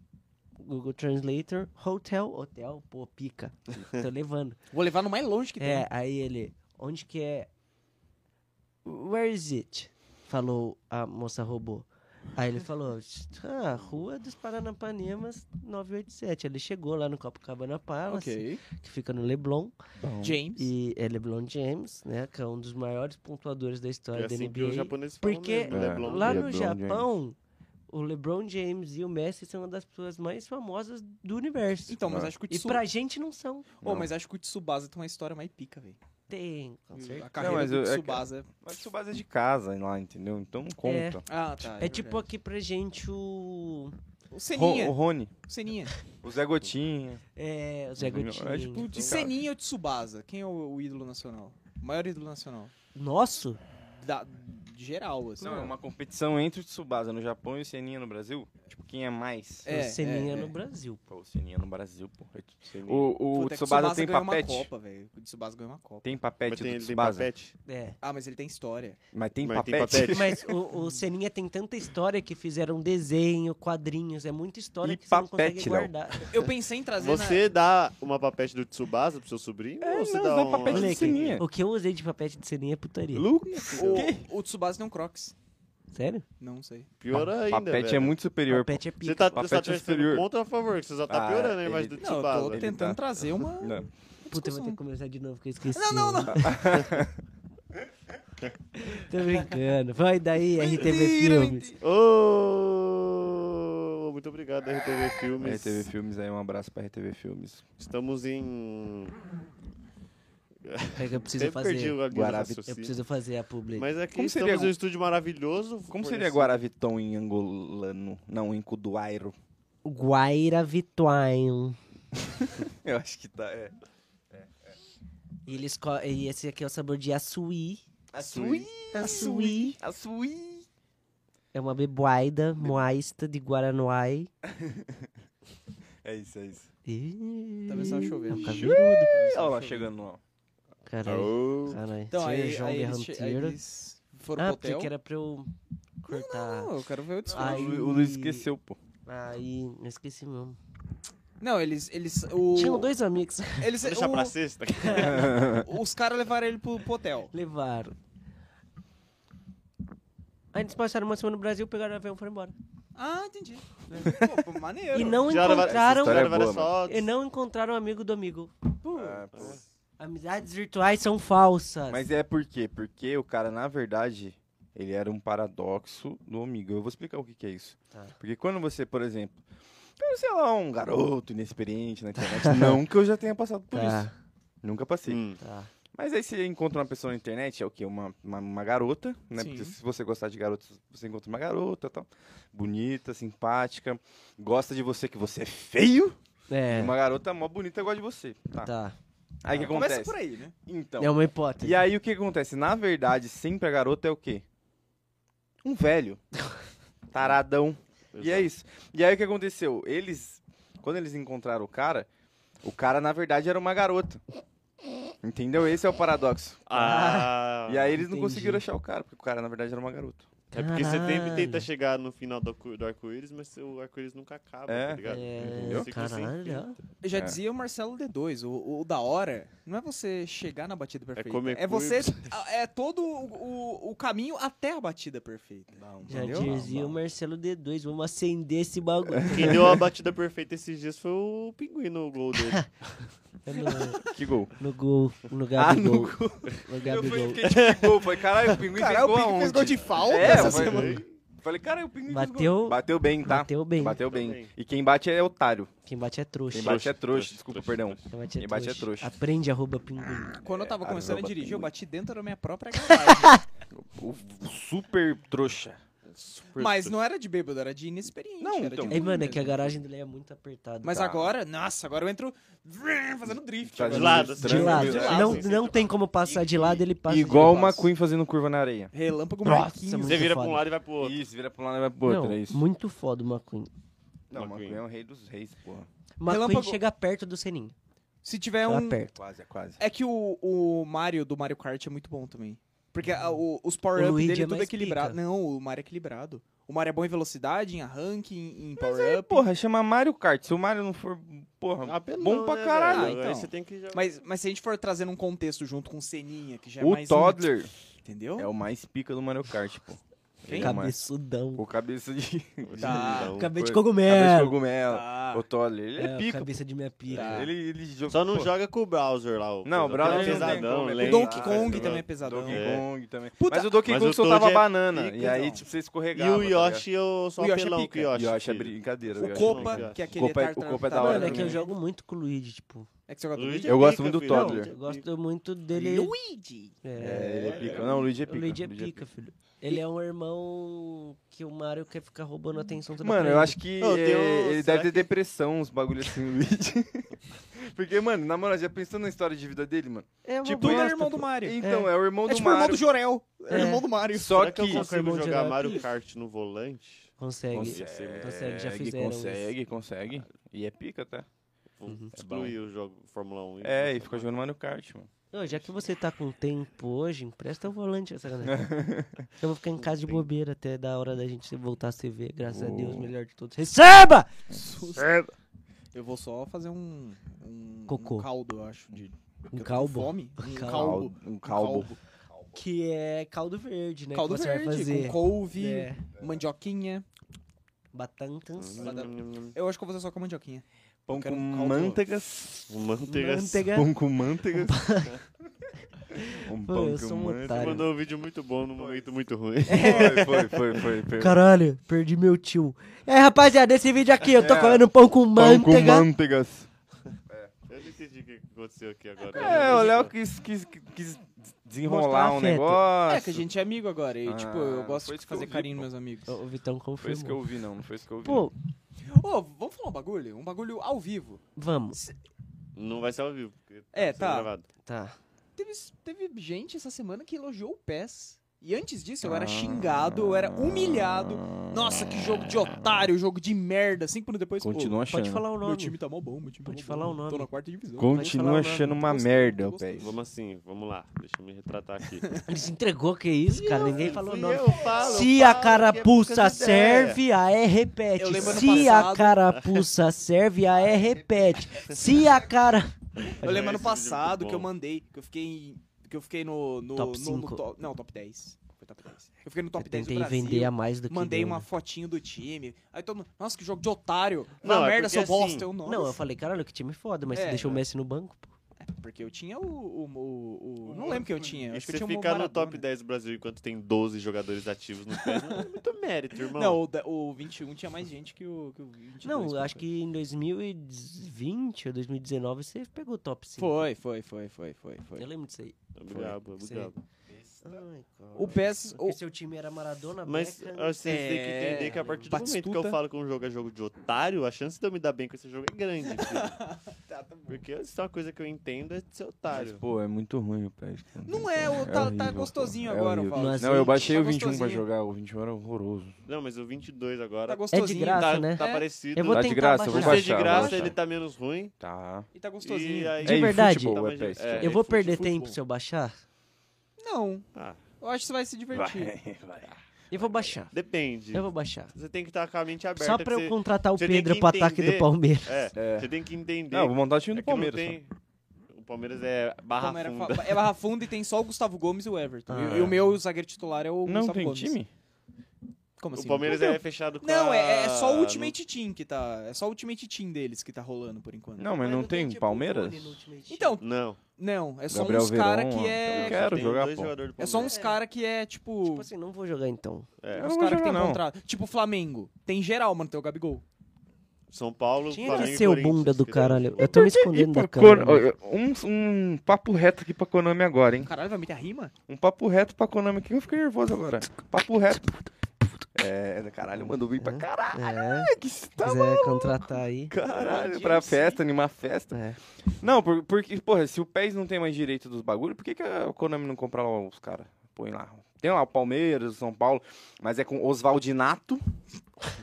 Speaker 4: Google Translator, hotel, hotel, pô, pica. Tô levando.
Speaker 2: Vou levar no mais longe que
Speaker 4: É, aí ele, onde que é? Where is it? Falou a moça robô. Aí ele falou, ah, Rua dos Paranapanemas 987. Ele chegou lá no Copacabana
Speaker 2: tem.
Speaker 4: Palace,
Speaker 2: Ok.
Speaker 4: que fica no Leblon.
Speaker 2: James.
Speaker 4: E é Leblon James, né? Que é um dos maiores pontuadores da
Speaker 5: É
Speaker 4: história da
Speaker 5: assim que os
Speaker 4: NBA.
Speaker 5: japoneses falam
Speaker 4: Porque
Speaker 5: mesmo, né?
Speaker 3: É.
Speaker 5: Leblon
Speaker 4: Lá
Speaker 5: James.
Speaker 4: no
Speaker 3: LeBron
Speaker 4: Japão, o LeBron James e o Messi são uma das pessoas mais famosas do universo.
Speaker 2: Então, mas
Speaker 3: Ah.
Speaker 2: acho que o
Speaker 4: E
Speaker 2: Tsu...
Speaker 4: pra gente não são.
Speaker 2: Ô,
Speaker 3: Não.
Speaker 2: mas acho que o Tsubasa tem uma história mais pica, velho.
Speaker 4: Tem, com certeza.
Speaker 2: A carreira
Speaker 3: mas
Speaker 2: do
Speaker 3: eu- é que-
Speaker 2: Tsubasa.
Speaker 3: Mas Tsubasa é de casa lá, entendeu? Então não conta.
Speaker 2: Ah, tá.
Speaker 4: É tipo aqui pra gente o.
Speaker 2: O
Speaker 3: Ro-
Speaker 2: Seninha.
Speaker 3: o Rony.
Speaker 2: O Seninha.
Speaker 3: O Zé Gotinha.
Speaker 4: É, o Zé
Speaker 3: entendeu? É tipo
Speaker 4: Gotinho.
Speaker 3: de
Speaker 2: O
Speaker 3: casa.
Speaker 2: Seninha ou Tsubasa? Quem é o, o ídolo nacional? O maior ídolo nacional?
Speaker 4: Nosso?
Speaker 2: Da, de geral, assim.
Speaker 3: Não, é uma competição entre o Tsubasa no Japão e o Seninha no Brasil. Tipo, quem é mais?
Speaker 2: É,
Speaker 4: o Seninha
Speaker 2: é,
Speaker 4: no
Speaker 2: é.
Speaker 4: Brasil.
Speaker 3: Pô, o Seninha no Brasil, pô. É tipo,
Speaker 2: O,
Speaker 3: O, o Tsubasa tem
Speaker 2: ganhou uma
Speaker 3: papete.
Speaker 2: Copa, velho. O Tsubasa ganhou uma Copa.
Speaker 3: Tem
Speaker 5: Mas
Speaker 3: papete
Speaker 5: tem,
Speaker 3: do
Speaker 5: ele tem
Speaker 3: Tsubasa.
Speaker 5: papete.
Speaker 4: É.
Speaker 2: Ah, mas ele tem história.
Speaker 3: Mas tem
Speaker 5: Mas tem
Speaker 3: papete.
Speaker 5: papete.
Speaker 4: Mas o, o Seninha tem tanta história que fizeram desenho, quadrinhos, é muita história
Speaker 3: E
Speaker 4: que você não
Speaker 3: papete,
Speaker 4: consegue
Speaker 3: Léo.
Speaker 4: guardar.
Speaker 2: Eu pensei em trazer
Speaker 3: é
Speaker 5: Você dá uma papete do Tsubasa pro seu sobrinho? ou você
Speaker 3: não,
Speaker 5: dá
Speaker 3: dá
Speaker 5: um...
Speaker 3: papete.
Speaker 4: Olha
Speaker 3: de
Speaker 4: aqui,
Speaker 3: Seninha.
Speaker 4: o que eu usei de papete de Seninha é putaria.
Speaker 3: Lucas?
Speaker 2: na... O, o Tsubasa tem um Crocs.
Speaker 4: Sério?
Speaker 2: Não sei.
Speaker 5: Pior ainda,
Speaker 3: papete
Speaker 5: velho.
Speaker 3: é muito superior. pô.
Speaker 4: Papete é
Speaker 5: Você
Speaker 4: pica.
Speaker 5: tá,
Speaker 3: papete
Speaker 5: você tá torcendo
Speaker 3: exterior.
Speaker 5: contra ou a favor, que você só tá
Speaker 3: Ah,
Speaker 5: piorando a
Speaker 3: ele-
Speaker 5: imagem do
Speaker 2: Não, eu tô
Speaker 5: Tsubasa.
Speaker 3: Ele
Speaker 2: tentando
Speaker 3: tá-
Speaker 2: trazer uma
Speaker 3: Não.
Speaker 4: Puta, eu vou ter
Speaker 2: discussão.
Speaker 4: que começar de novo que eu esqueci.
Speaker 2: Não, não, não.
Speaker 4: Tô brincando. Vai daí, RTV
Speaker 2: Mentira,
Speaker 4: Filmes.
Speaker 5: Ô, Muito obrigado, RTV
Speaker 3: A
Speaker 5: Filmes.
Speaker 3: RTV Filmes aí, um abraço pra RTV Filmes.
Speaker 5: Estamos em...
Speaker 4: É que eu preciso
Speaker 5: Eu perdi
Speaker 4: fazer.
Speaker 5: o linha do
Speaker 3: Guaravi-
Speaker 4: Eu
Speaker 5: raciocínio.
Speaker 4: preciso fazer a publi.
Speaker 5: Mas aqui
Speaker 3: Como seria
Speaker 5: estamos em um
Speaker 3: o-
Speaker 5: estúdio maravilhoso.
Speaker 3: Como seria Guaraviton em angolano? Não, em Cuduairo.
Speaker 4: Guaira Vituain.
Speaker 3: Eu acho que tá, é.
Speaker 4: E, eles co- e esse aqui é o sabor de açuí.
Speaker 3: Açui!
Speaker 4: Açuí.
Speaker 3: Açui!
Speaker 4: É uma bebuaida moaista de Guaranoai.
Speaker 3: É isso, é isso.
Speaker 4: Ih,
Speaker 2: Tá pensando em chover.
Speaker 4: é um cabeludo.
Speaker 3: Olha lá, chegando lá.
Speaker 4: Caralho.
Speaker 5: Alô?
Speaker 4: Caralho.
Speaker 2: Então, aí,
Speaker 4: Sejam
Speaker 2: aí
Speaker 4: de
Speaker 2: eles, che- aí
Speaker 4: ranteiro.
Speaker 2: eles foram
Speaker 4: Ah,
Speaker 2: pro
Speaker 4: porque
Speaker 2: hotel.
Speaker 4: que era pra eu cortar.
Speaker 2: Não, eu quero ver o discurso.
Speaker 4: Ai.
Speaker 3: O, Lu- o Luiz esqueceu, pô.
Speaker 4: Aí, eu esqueci mesmo.
Speaker 2: Não, eles... eles o,
Speaker 4: Tinham dois amigos que
Speaker 2: Eles,
Speaker 5: Deixa
Speaker 2: o-
Speaker 5: pra sexta.
Speaker 2: os caras levaram ele pro, pro hotel.
Speaker 4: levaram. Aí eles passaram uma semana no Brasil, pegaram o avião e foram embora.
Speaker 2: Ah, entendi. Né? Pô, pô, maneiro.
Speaker 4: E não
Speaker 5: Tiraram va-
Speaker 3: história
Speaker 4: encontraram.
Speaker 3: é
Speaker 5: tiraram várias
Speaker 3: boa,
Speaker 5: fotos.
Speaker 4: E não encontraram o amigo do amigo.
Speaker 3: Ah, pô.
Speaker 4: Amizades virtuais são falsas.
Speaker 3: Mas é por quê? Porque o cara, na verdade, ele era um paradoxo do amigo. Eu vou explicar o que, que é isso.
Speaker 4: Tá.
Speaker 3: Porque quando você, por exemplo, eu sei lá, um garoto inexperiente na internet, não que eu já tenha passado por isso.
Speaker 4: Tá,
Speaker 3: Nunca passei.
Speaker 5: Hum.
Speaker 4: tá.
Speaker 3: Mas aí você encontra uma pessoa na internet, é o quê? Uma, uma, uma garota, né?
Speaker 2: Sim.
Speaker 3: Porque se você gostar de garotos, você encontra uma garota e tal. Bonita, simpática, gosta de você que você é feio.
Speaker 4: É,
Speaker 3: Uma garota mó bonita gosta de você. Tá.
Speaker 4: tá.
Speaker 3: Aí o que
Speaker 2: Começa
Speaker 3: acontece?
Speaker 2: por aí, né?
Speaker 3: Então.
Speaker 4: É uma hipótese.
Speaker 3: E aí o que acontece? Na verdade, sempre a garota é o quê? Um velho. Taradão. E é isso. E aí o que aconteceu? Eles. Quando eles encontraram o cara, o cara na verdade era uma garota. Entendeu? Esse é o paradoxo.
Speaker 5: Ah.
Speaker 3: E aí eles não
Speaker 4: entendi.
Speaker 3: Ah. conseguiram achar o cara, porque o cara na verdade era uma garota.
Speaker 5: É porque você sempre
Speaker 4: Caralho.
Speaker 5: tenta chegar no final do, arco- do arco-íris, mas o arco-íris nunca acaba,
Speaker 3: É.
Speaker 5: tá ligado? assim.
Speaker 4: É,
Speaker 5: Ciclo sem fim.
Speaker 4: caralho.
Speaker 2: Eu já
Speaker 3: É.
Speaker 2: dizia o Marcelo D2, o, o da hora não é você chegar na batida perfeita.
Speaker 5: comer
Speaker 2: é você.
Speaker 5: cuico.
Speaker 2: É todo o, o- o caminho até a batida perfeita.
Speaker 4: Já
Speaker 2: entendeu?
Speaker 4: dizia o Marcelo D2, vamos acender esse bagulho.
Speaker 5: Quem deu a batida perfeita esses dias foi o pinguino, o gol dele.
Speaker 4: É no,
Speaker 3: Que gol.
Speaker 4: no gol, no Gabigol.
Speaker 3: Ah, no gol.
Speaker 4: no
Speaker 3: Eu
Speaker 4: Gabigol.
Speaker 3: fui- fiquei tipo, que gol. Falei, caralho, o pinguim
Speaker 2: Caralho,
Speaker 3: fez gol
Speaker 2: o Pinguim fez
Speaker 3: aonde?
Speaker 2: gol de falta
Speaker 3: É,
Speaker 2: essa
Speaker 3: foi-
Speaker 2: semana.
Speaker 3: Falei, caralho, o pinguim fez
Speaker 4: Bateu-
Speaker 3: gol. Bateu bem, tá?
Speaker 4: Bateu bem.
Speaker 3: Bateu bem.
Speaker 5: Bateu bem.
Speaker 3: E quem bate é otário.
Speaker 4: Quem bate é trouxa.
Speaker 3: Quem bate é trouxa, desculpa, perdão.
Speaker 4: Quem bate é,
Speaker 3: quem bate é trouxa.
Speaker 4: Aprende, arroba pinguim.
Speaker 2: Quando eu tava
Speaker 3: É,
Speaker 2: começando a
Speaker 3: arroba
Speaker 2: dirigir, eu
Speaker 3: pinguim.
Speaker 2: bati dentro da minha própria garagem.
Speaker 3: O o super trouxa.
Speaker 5: Super
Speaker 2: Mas
Speaker 5: trouxa.
Speaker 2: não era de bêbado, era de inexperiente.
Speaker 3: Não,
Speaker 2: era
Speaker 3: então.
Speaker 2: de ruim
Speaker 4: Ei, mano, é
Speaker 2: mesmo.
Speaker 4: que a garagem do Léo é muito apertada.
Speaker 2: Mas
Speaker 3: Tá.
Speaker 2: agora, nossa, agora eu entro vrr, fazendo drift.
Speaker 3: Fazendo
Speaker 5: De
Speaker 2: agora.
Speaker 5: lado,
Speaker 4: de
Speaker 5: Tranquilo,
Speaker 4: lado.
Speaker 5: de
Speaker 2: lado,
Speaker 3: né?
Speaker 4: não
Speaker 5: sim, sim.
Speaker 4: não tem como passar de lado, ele passa
Speaker 3: Igual o
Speaker 4: de lado.
Speaker 3: McQueen fazendo curva na areia.
Speaker 2: Relâmpago
Speaker 4: Nossa,
Speaker 2: Marquinhos.
Speaker 4: muito
Speaker 5: Você vira
Speaker 4: foda.
Speaker 5: pra um lado e vai pro outro.
Speaker 3: Isso, vira pra um lado e vai pro outro,
Speaker 4: Não,
Speaker 3: é isso.
Speaker 4: Muito foda o McQueen.
Speaker 3: Não, o
Speaker 5: McQueen.
Speaker 3: McQueen é o rei dos reis, porra.
Speaker 4: McQueen
Speaker 2: Relâmpago-
Speaker 4: chega perto do Seninho.
Speaker 2: Se tiver
Speaker 4: Chega
Speaker 2: um...
Speaker 4: perto.
Speaker 3: Quase, é quase.
Speaker 2: É que o, o Mario do Mario Kart é muito bom também. Porque a- o- os power-up
Speaker 4: O Luigi
Speaker 2: dele
Speaker 4: é
Speaker 2: é tudo
Speaker 4: mais
Speaker 2: equilibrado.
Speaker 4: pica.
Speaker 2: Não, o Mario é equilibrado. O Mario é bom em velocidade, em arranque, em, em power-up.
Speaker 3: é, Porra, chama Mario Kart. Se o Mario não for, porra,
Speaker 5: Ah, pelo
Speaker 3: bom
Speaker 5: não,
Speaker 3: pra
Speaker 5: né,
Speaker 3: caralho.
Speaker 5: velho? Aí
Speaker 2: então.
Speaker 5: você tem que já...
Speaker 2: Mas, mas se a gente for trazendo um contexto junto com o Seninha, que já é
Speaker 3: o
Speaker 2: mais... um-
Speaker 3: Toddler
Speaker 2: Entendeu?
Speaker 3: é o mais pica do Mario Kart, pô.
Speaker 2: Quem?
Speaker 3: Ele é o mais-
Speaker 4: Cabeçudão.
Speaker 3: O cabeça de...
Speaker 2: Tá.
Speaker 4: Cabeça de
Speaker 5: Não.
Speaker 3: Foi- Cabeça de
Speaker 4: cogumelo.
Speaker 3: cogumelo.
Speaker 2: Ah,
Speaker 3: O Toddler, ele é,
Speaker 4: É,
Speaker 3: pica,
Speaker 4: Cabeça de minha pica.
Speaker 2: Tá.
Speaker 3: pô. Ele, ele joga...
Speaker 5: Só não
Speaker 3: pô.
Speaker 5: joga com o browser lá. O
Speaker 3: Não, o
Speaker 5: coisa.
Speaker 3: browser
Speaker 5: Aquele
Speaker 3: não tem
Speaker 5: pesadão,
Speaker 3: como, é
Speaker 5: lento.
Speaker 2: o Donkey
Speaker 3: Ah,
Speaker 2: Kong
Speaker 3: é
Speaker 2: também é
Speaker 3: verdade.
Speaker 2: pesadão.
Speaker 3: Donkey
Speaker 5: É.
Speaker 3: Kong também.
Speaker 2: Puta-
Speaker 3: Mas o Donkey
Speaker 5: Mas
Speaker 3: Kong
Speaker 5: o
Speaker 3: soltava
Speaker 5: Toad é
Speaker 3: banana.
Speaker 5: pica,
Speaker 3: e aí,
Speaker 5: então.
Speaker 3: tipo, você
Speaker 5: E
Speaker 3: escorregava.
Speaker 5: o Yoshi, eu sou
Speaker 2: O Yoshi é
Speaker 5: apelão
Speaker 2: pica.
Speaker 5: com o Yoshi.
Speaker 3: Yoshi, Yoshi é
Speaker 5: filho.
Speaker 2: O
Speaker 3: brincadeira. Yoshi é brincadeira.
Speaker 2: Copa, que né, é aquele
Speaker 3: Copa é-
Speaker 2: tartar-
Speaker 3: o Copa é da
Speaker 2: tartar-
Speaker 3: hora
Speaker 4: Mano, é que eu
Speaker 3: também.
Speaker 4: jogo muito com o Luigi, tipo.
Speaker 2: É que você gosta do
Speaker 5: Luigi
Speaker 2: Luigi?
Speaker 5: é
Speaker 3: Eu gosto
Speaker 5: pica,
Speaker 3: muito do
Speaker 5: filho. Não,
Speaker 3: Toddler.
Speaker 4: Eu gosto muito dele.
Speaker 2: Luigi!
Speaker 3: É, ele é
Speaker 5: É,
Speaker 3: pica. Não, o Luigi é
Speaker 4: O
Speaker 3: pica.
Speaker 4: Luigi é pica, filho. Ele é um irmão que o Mario quer ficar roubando a atenção toda
Speaker 3: Mano,
Speaker 4: pra
Speaker 3: eu
Speaker 4: ele.
Speaker 3: acho que
Speaker 5: Não, tem
Speaker 3: é,
Speaker 5: o-
Speaker 3: ele deve
Speaker 5: será
Speaker 3: ter
Speaker 5: que-
Speaker 3: depressão, uns bagulho assim, o Luigi. Porque, mano, na moral, já pensando na história de vida dele, mano.
Speaker 4: É uma
Speaker 3: tipo,
Speaker 2: Tudo
Speaker 4: bosta,
Speaker 2: é irmão
Speaker 4: pô.
Speaker 2: do Mario.
Speaker 3: Então, é, o irmão
Speaker 2: É
Speaker 3: do
Speaker 2: tipo o irmão
Speaker 3: Mario.
Speaker 2: do Jorel. É
Speaker 4: É.
Speaker 2: irmão do Mario.
Speaker 3: Só
Speaker 5: Será que, eu consigo
Speaker 4: Irmão de
Speaker 5: jogar
Speaker 4: Lego.
Speaker 5: Mario Kart no volante?
Speaker 4: Consegue. Consegue, já fizeram isso.
Speaker 3: Consegue, consegue. E é pica, tá?
Speaker 5: Vou
Speaker 2: É
Speaker 4: Uhum.
Speaker 5: excluir o jogo Fórmula 1.
Speaker 3: É, e fica jogando Mario Kart, mano.
Speaker 4: Não, já que você tá com tempo hoje, empresta o volante essa galera. Eu vou ficar em casa de bobeira até da hora da gente voltar a se ver. Graças a Deus,
Speaker 3: Oh.
Speaker 4: melhor de todos. Receba!
Speaker 2: Eu vou só fazer um. um
Speaker 4: Cocô.
Speaker 2: Um caldo, eu acho. De,
Speaker 4: Um
Speaker 2: eu tô com
Speaker 4: calbo.
Speaker 2: Fome. Um
Speaker 4: Calbo.
Speaker 2: calbo.
Speaker 3: Um
Speaker 2: Calbo.
Speaker 3: calbo.
Speaker 4: Que é caldo verde, né?
Speaker 2: Caldo
Speaker 4: que você vai
Speaker 2: verde,
Speaker 4: fazer.
Speaker 2: com couve,
Speaker 4: É,
Speaker 2: mandioquinha.
Speaker 4: batatas.
Speaker 2: Hum, Eu acho que eu vou fazer só com a mandioquinha.
Speaker 3: Pão
Speaker 2: Eu quero
Speaker 3: com
Speaker 2: um caldo.
Speaker 3: manteigas.
Speaker 5: Manteiga.
Speaker 4: Manteiga.
Speaker 3: Pão com manteigas. Um
Speaker 4: Pô,
Speaker 3: pão
Speaker 4: eu sou
Speaker 3: com
Speaker 4: um
Speaker 5: Você
Speaker 4: otário.
Speaker 3: manteigas.
Speaker 5: mandou um vídeo muito bom num momento muito ruim.
Speaker 3: Foi, foi, foi, foi. foi.
Speaker 4: Caralho, perdi meu tio. É, rapaziada, esse vídeo aqui, eu tô
Speaker 3: É.
Speaker 4: comendo pão com
Speaker 3: Pão
Speaker 4: manteiga.
Speaker 3: com manteigas.
Speaker 5: Eu não entendi o que aconteceu aqui agora.
Speaker 3: É, o Léo quis, quis, quis desenrolar
Speaker 4: Mostrar
Speaker 3: um
Speaker 4: afeto.
Speaker 3: negócio.
Speaker 2: É, que a gente é amigo agora. E,
Speaker 3: Ah,
Speaker 2: tipo, eu gosto
Speaker 3: foi Oh.
Speaker 2: de
Speaker 3: isso que eu
Speaker 2: fazer
Speaker 3: vi,
Speaker 2: carinho
Speaker 3: pô.
Speaker 2: nos meus amigos. Ô,
Speaker 4: O Vitão
Speaker 3: Foi isso que eu
Speaker 4: confirmou.
Speaker 3: ouvi, não. Não foi isso que eu ouvi.
Speaker 4: Pô,
Speaker 2: vamos falar um bagulho? Um bagulho ao vivo.
Speaker 4: vamos.
Speaker 5: Não vai ser ao vivo. porque
Speaker 2: É,
Speaker 5: sendo
Speaker 2: tá.
Speaker 5: gravado.
Speaker 4: Tá.
Speaker 2: Teve, teve gente essa semana que elogiou o PES. E antes disso, eu era
Speaker 3: Ah.
Speaker 2: xingado, eu era humilhado. Nossa, que jogo de otário, jogo de merda. Cinco minutos depois, pô,
Speaker 3: Continua achando.
Speaker 4: Pode falar o
Speaker 2: meu
Speaker 4: nome.
Speaker 2: time tá mal bom, meu time tá
Speaker 4: Pode
Speaker 2: mó
Speaker 4: falar
Speaker 2: bom.
Speaker 4: o nome.
Speaker 2: Tô na quarta divisão.
Speaker 4: falar o
Speaker 3: Continua
Speaker 4: nome,
Speaker 3: achando uma
Speaker 2: gostei,
Speaker 3: merda, o
Speaker 2: gostei.
Speaker 3: PES.
Speaker 5: Vamos assim, vamos lá. Deixa eu me retratar aqui.
Speaker 4: Ele se entregou, que isso, cara? Ninguém falou o nome.
Speaker 5: falo,
Speaker 4: Se
Speaker 5: eu
Speaker 4: a
Speaker 5: falo,
Speaker 4: carapuça
Speaker 5: porque é poucas ideias.
Speaker 4: serve, a E repete.
Speaker 2: Eu lembro ano
Speaker 4: Se a
Speaker 2: passado-
Speaker 4: carapuça serve, a E repete. Se a cara.
Speaker 2: Eu lembro ano
Speaker 5: Esse vídeo é muito
Speaker 2: passado que eu
Speaker 5: bom.
Speaker 2: mandei, que eu fiquei. Que eu fiquei no. no no-
Speaker 4: Top
Speaker 2: no,
Speaker 4: cinco.
Speaker 2: top- não, top 10. Foi top 10. Eu fiquei no top
Speaker 4: Eu
Speaker 2: 10 do
Speaker 4: tentei
Speaker 2: Brasil.
Speaker 4: vender a mais do que.
Speaker 2: mandei
Speaker 4: deu,
Speaker 2: uma
Speaker 4: né?
Speaker 2: fotinho do time. Aí todo mundo. Nossa, que jogo de otário.
Speaker 5: Não,
Speaker 2: Não,
Speaker 5: é
Speaker 2: merda,
Speaker 5: porque
Speaker 2: seu bosta.
Speaker 5: assim-
Speaker 2: Eu não.
Speaker 4: Não, eu falei, caralho, que time foda, mas você
Speaker 2: É.
Speaker 4: deixou o Messi no banco, pô.
Speaker 2: Porque eu tinha o. o, o- o- não lembro que eu tinha.
Speaker 5: E
Speaker 2: Acho que
Speaker 5: se
Speaker 2: eu
Speaker 5: É você
Speaker 2: tinha o
Speaker 5: ficar no
Speaker 2: Maradona.
Speaker 5: top 10 do Brasil enquanto tem 12 jogadores ativos no PES, não é muito mérito, irmão.
Speaker 2: Não, o, da- o 21 tinha mais gente que o, que o 22.
Speaker 4: Não,
Speaker 2: pô.
Speaker 4: acho que em 2020 ou 2019 você pegou o top 5.
Speaker 2: Foi, foi, foi, foi, foi. foi.
Speaker 4: Eu lembro disso aí.
Speaker 5: É brabo, é
Speaker 4: Sim.
Speaker 5: brabo.
Speaker 4: Ai, cara.
Speaker 2: O PES.
Speaker 4: Porque
Speaker 2: O,
Speaker 4: seu time era Maradona,
Speaker 5: Mas assim,
Speaker 4: Beckham,
Speaker 5: ó, vocês têm que
Speaker 2: É,
Speaker 5: entender que a partir do momento que
Speaker 2: Batistuta.
Speaker 5: eu falo que um jogo é jogo de otário, a chance de eu me dar bem com esse jogo é grande, filho.
Speaker 2: Tá, tá bom.
Speaker 5: Porque se tem uma coisa que eu entendo é de ser
Speaker 3: Mas,
Speaker 5: otário.
Speaker 3: pô, é muito ruim o PES. cara.
Speaker 2: Não é, o- tá- tá
Speaker 3: horrível,
Speaker 2: gostosinho
Speaker 3: pô.
Speaker 4: É
Speaker 2: agora,
Speaker 3: horrível.
Speaker 2: Paulo.
Speaker 4: Mas
Speaker 3: Não, eu
Speaker 4: gente,
Speaker 3: baixei
Speaker 2: tá
Speaker 3: o 21 pra
Speaker 2: gostosinho.
Speaker 3: jogar. O 21 era horroroso.
Speaker 5: Não, mas o 22
Speaker 2: tá
Speaker 5: agora tá,
Speaker 4: é de
Speaker 2: gostosinho.
Speaker 4: graça, né?
Speaker 5: tá
Speaker 2: É.
Speaker 5: parecido.
Speaker 4: Eu vou
Speaker 3: Tá de
Speaker 4: tentar
Speaker 3: graça, eu
Speaker 4: baixar.
Speaker 3: vou
Speaker 5: Por
Speaker 3: baixar.
Speaker 5: ser de
Speaker 3: vou
Speaker 5: graça,
Speaker 3: baixar.
Speaker 5: ele tá menos ruim.
Speaker 3: Tá.
Speaker 2: E tá
Speaker 5: E
Speaker 2: gostosinho.
Speaker 5: aí...
Speaker 4: De verdade.
Speaker 3: futebol,
Speaker 5: Tá
Speaker 3: é
Speaker 5: mais-
Speaker 3: PES,
Speaker 5: é.
Speaker 3: cara.
Speaker 4: Eu vou
Speaker 5: futebol.
Speaker 4: perder tempo se eu baixar?
Speaker 2: Não,
Speaker 5: Ah,
Speaker 2: eu acho que você vai se divertir.
Speaker 3: Vai, vai.
Speaker 4: Eu vou baixar.
Speaker 5: Depende.
Speaker 4: Eu vou baixar.
Speaker 5: Você tem que estar com a mente aberta.
Speaker 4: Só
Speaker 5: que
Speaker 4: pra
Speaker 5: você-
Speaker 4: eu contratar o
Speaker 5: você tem
Speaker 4: Pedro
Speaker 5: que
Speaker 4: pro ataque do
Speaker 5: entender-
Speaker 4: Palmeiras.
Speaker 5: É,
Speaker 3: É.
Speaker 5: você tem que entender.
Speaker 3: Não, vou montar o time
Speaker 5: É
Speaker 3: do
Speaker 5: que não
Speaker 3: Palmeiras. só.
Speaker 5: tem- O Palmeiras é barra
Speaker 2: Como era,
Speaker 5: funda.
Speaker 2: fa- é barra funda e tem só o Gustavo Gomes e o Everton.
Speaker 4: Ah.
Speaker 2: E, e o meu zagueiro titular é o
Speaker 3: Não
Speaker 2: Gustavo
Speaker 3: tem
Speaker 2: Gomes.
Speaker 3: time?
Speaker 2: Como assim?
Speaker 5: o Palmeiras
Speaker 2: Não tem.
Speaker 5: é fechado com
Speaker 2: Não,
Speaker 5: a...
Speaker 2: é, é só o Ultimate Team que tá. É só o Ultimate Team deles que tá rolando por enquanto.
Speaker 3: Não, mas não tem Palmeiras?
Speaker 5: Tipo,
Speaker 2: Então,
Speaker 5: Não.
Speaker 2: não, é só
Speaker 3: Gabriel
Speaker 2: uns cara
Speaker 3: Veron,
Speaker 2: que
Speaker 3: Eu
Speaker 2: é.
Speaker 3: Antônio quero
Speaker 5: tem
Speaker 3: jogar,
Speaker 5: dois
Speaker 3: pô.
Speaker 5: jogadores do
Speaker 2: É só uns
Speaker 4: É.
Speaker 2: cara que é tipo.
Speaker 4: Tipo assim, não vou jogar então.
Speaker 5: É.
Speaker 3: Eu não
Speaker 2: uns
Speaker 3: vou
Speaker 2: cara que
Speaker 3: jogar,
Speaker 2: tem
Speaker 3: não.
Speaker 2: contrato. Tipo Flamengo. Tem geral, mano, tem o Gabigol.
Speaker 5: São Paulo,
Speaker 4: Tinha
Speaker 5: Flamengo
Speaker 4: que
Speaker 5: e
Speaker 4: ser o
Speaker 5: Corinthians, tipo,
Speaker 4: bunda do
Speaker 5: que
Speaker 4: caralho. Eu tô me escondendo da
Speaker 3: Ih, pra
Speaker 4: câmera.
Speaker 3: Kon- ó, Um, um papo reto aqui pra Konami agora, hein?
Speaker 2: Caralho, vai meter a rima?
Speaker 3: Um papo reto pra Konami aqui, eu fiquei nervoso agora. Papo reto. É, caralho, mandou vir pra caralho,
Speaker 4: É,
Speaker 3: que isso
Speaker 4: se
Speaker 3: tá
Speaker 4: quiser contratar aí.
Speaker 3: Caralho, pra festa, animar festa.
Speaker 4: É.
Speaker 3: Não, por- porque, porra, se o PES não tem mais direito dos bagulhos, por que, que a Konami não compra lá os caras? Põe lá. Tem lá o Palmeiras, o São Paulo, mas é com Oswaldinato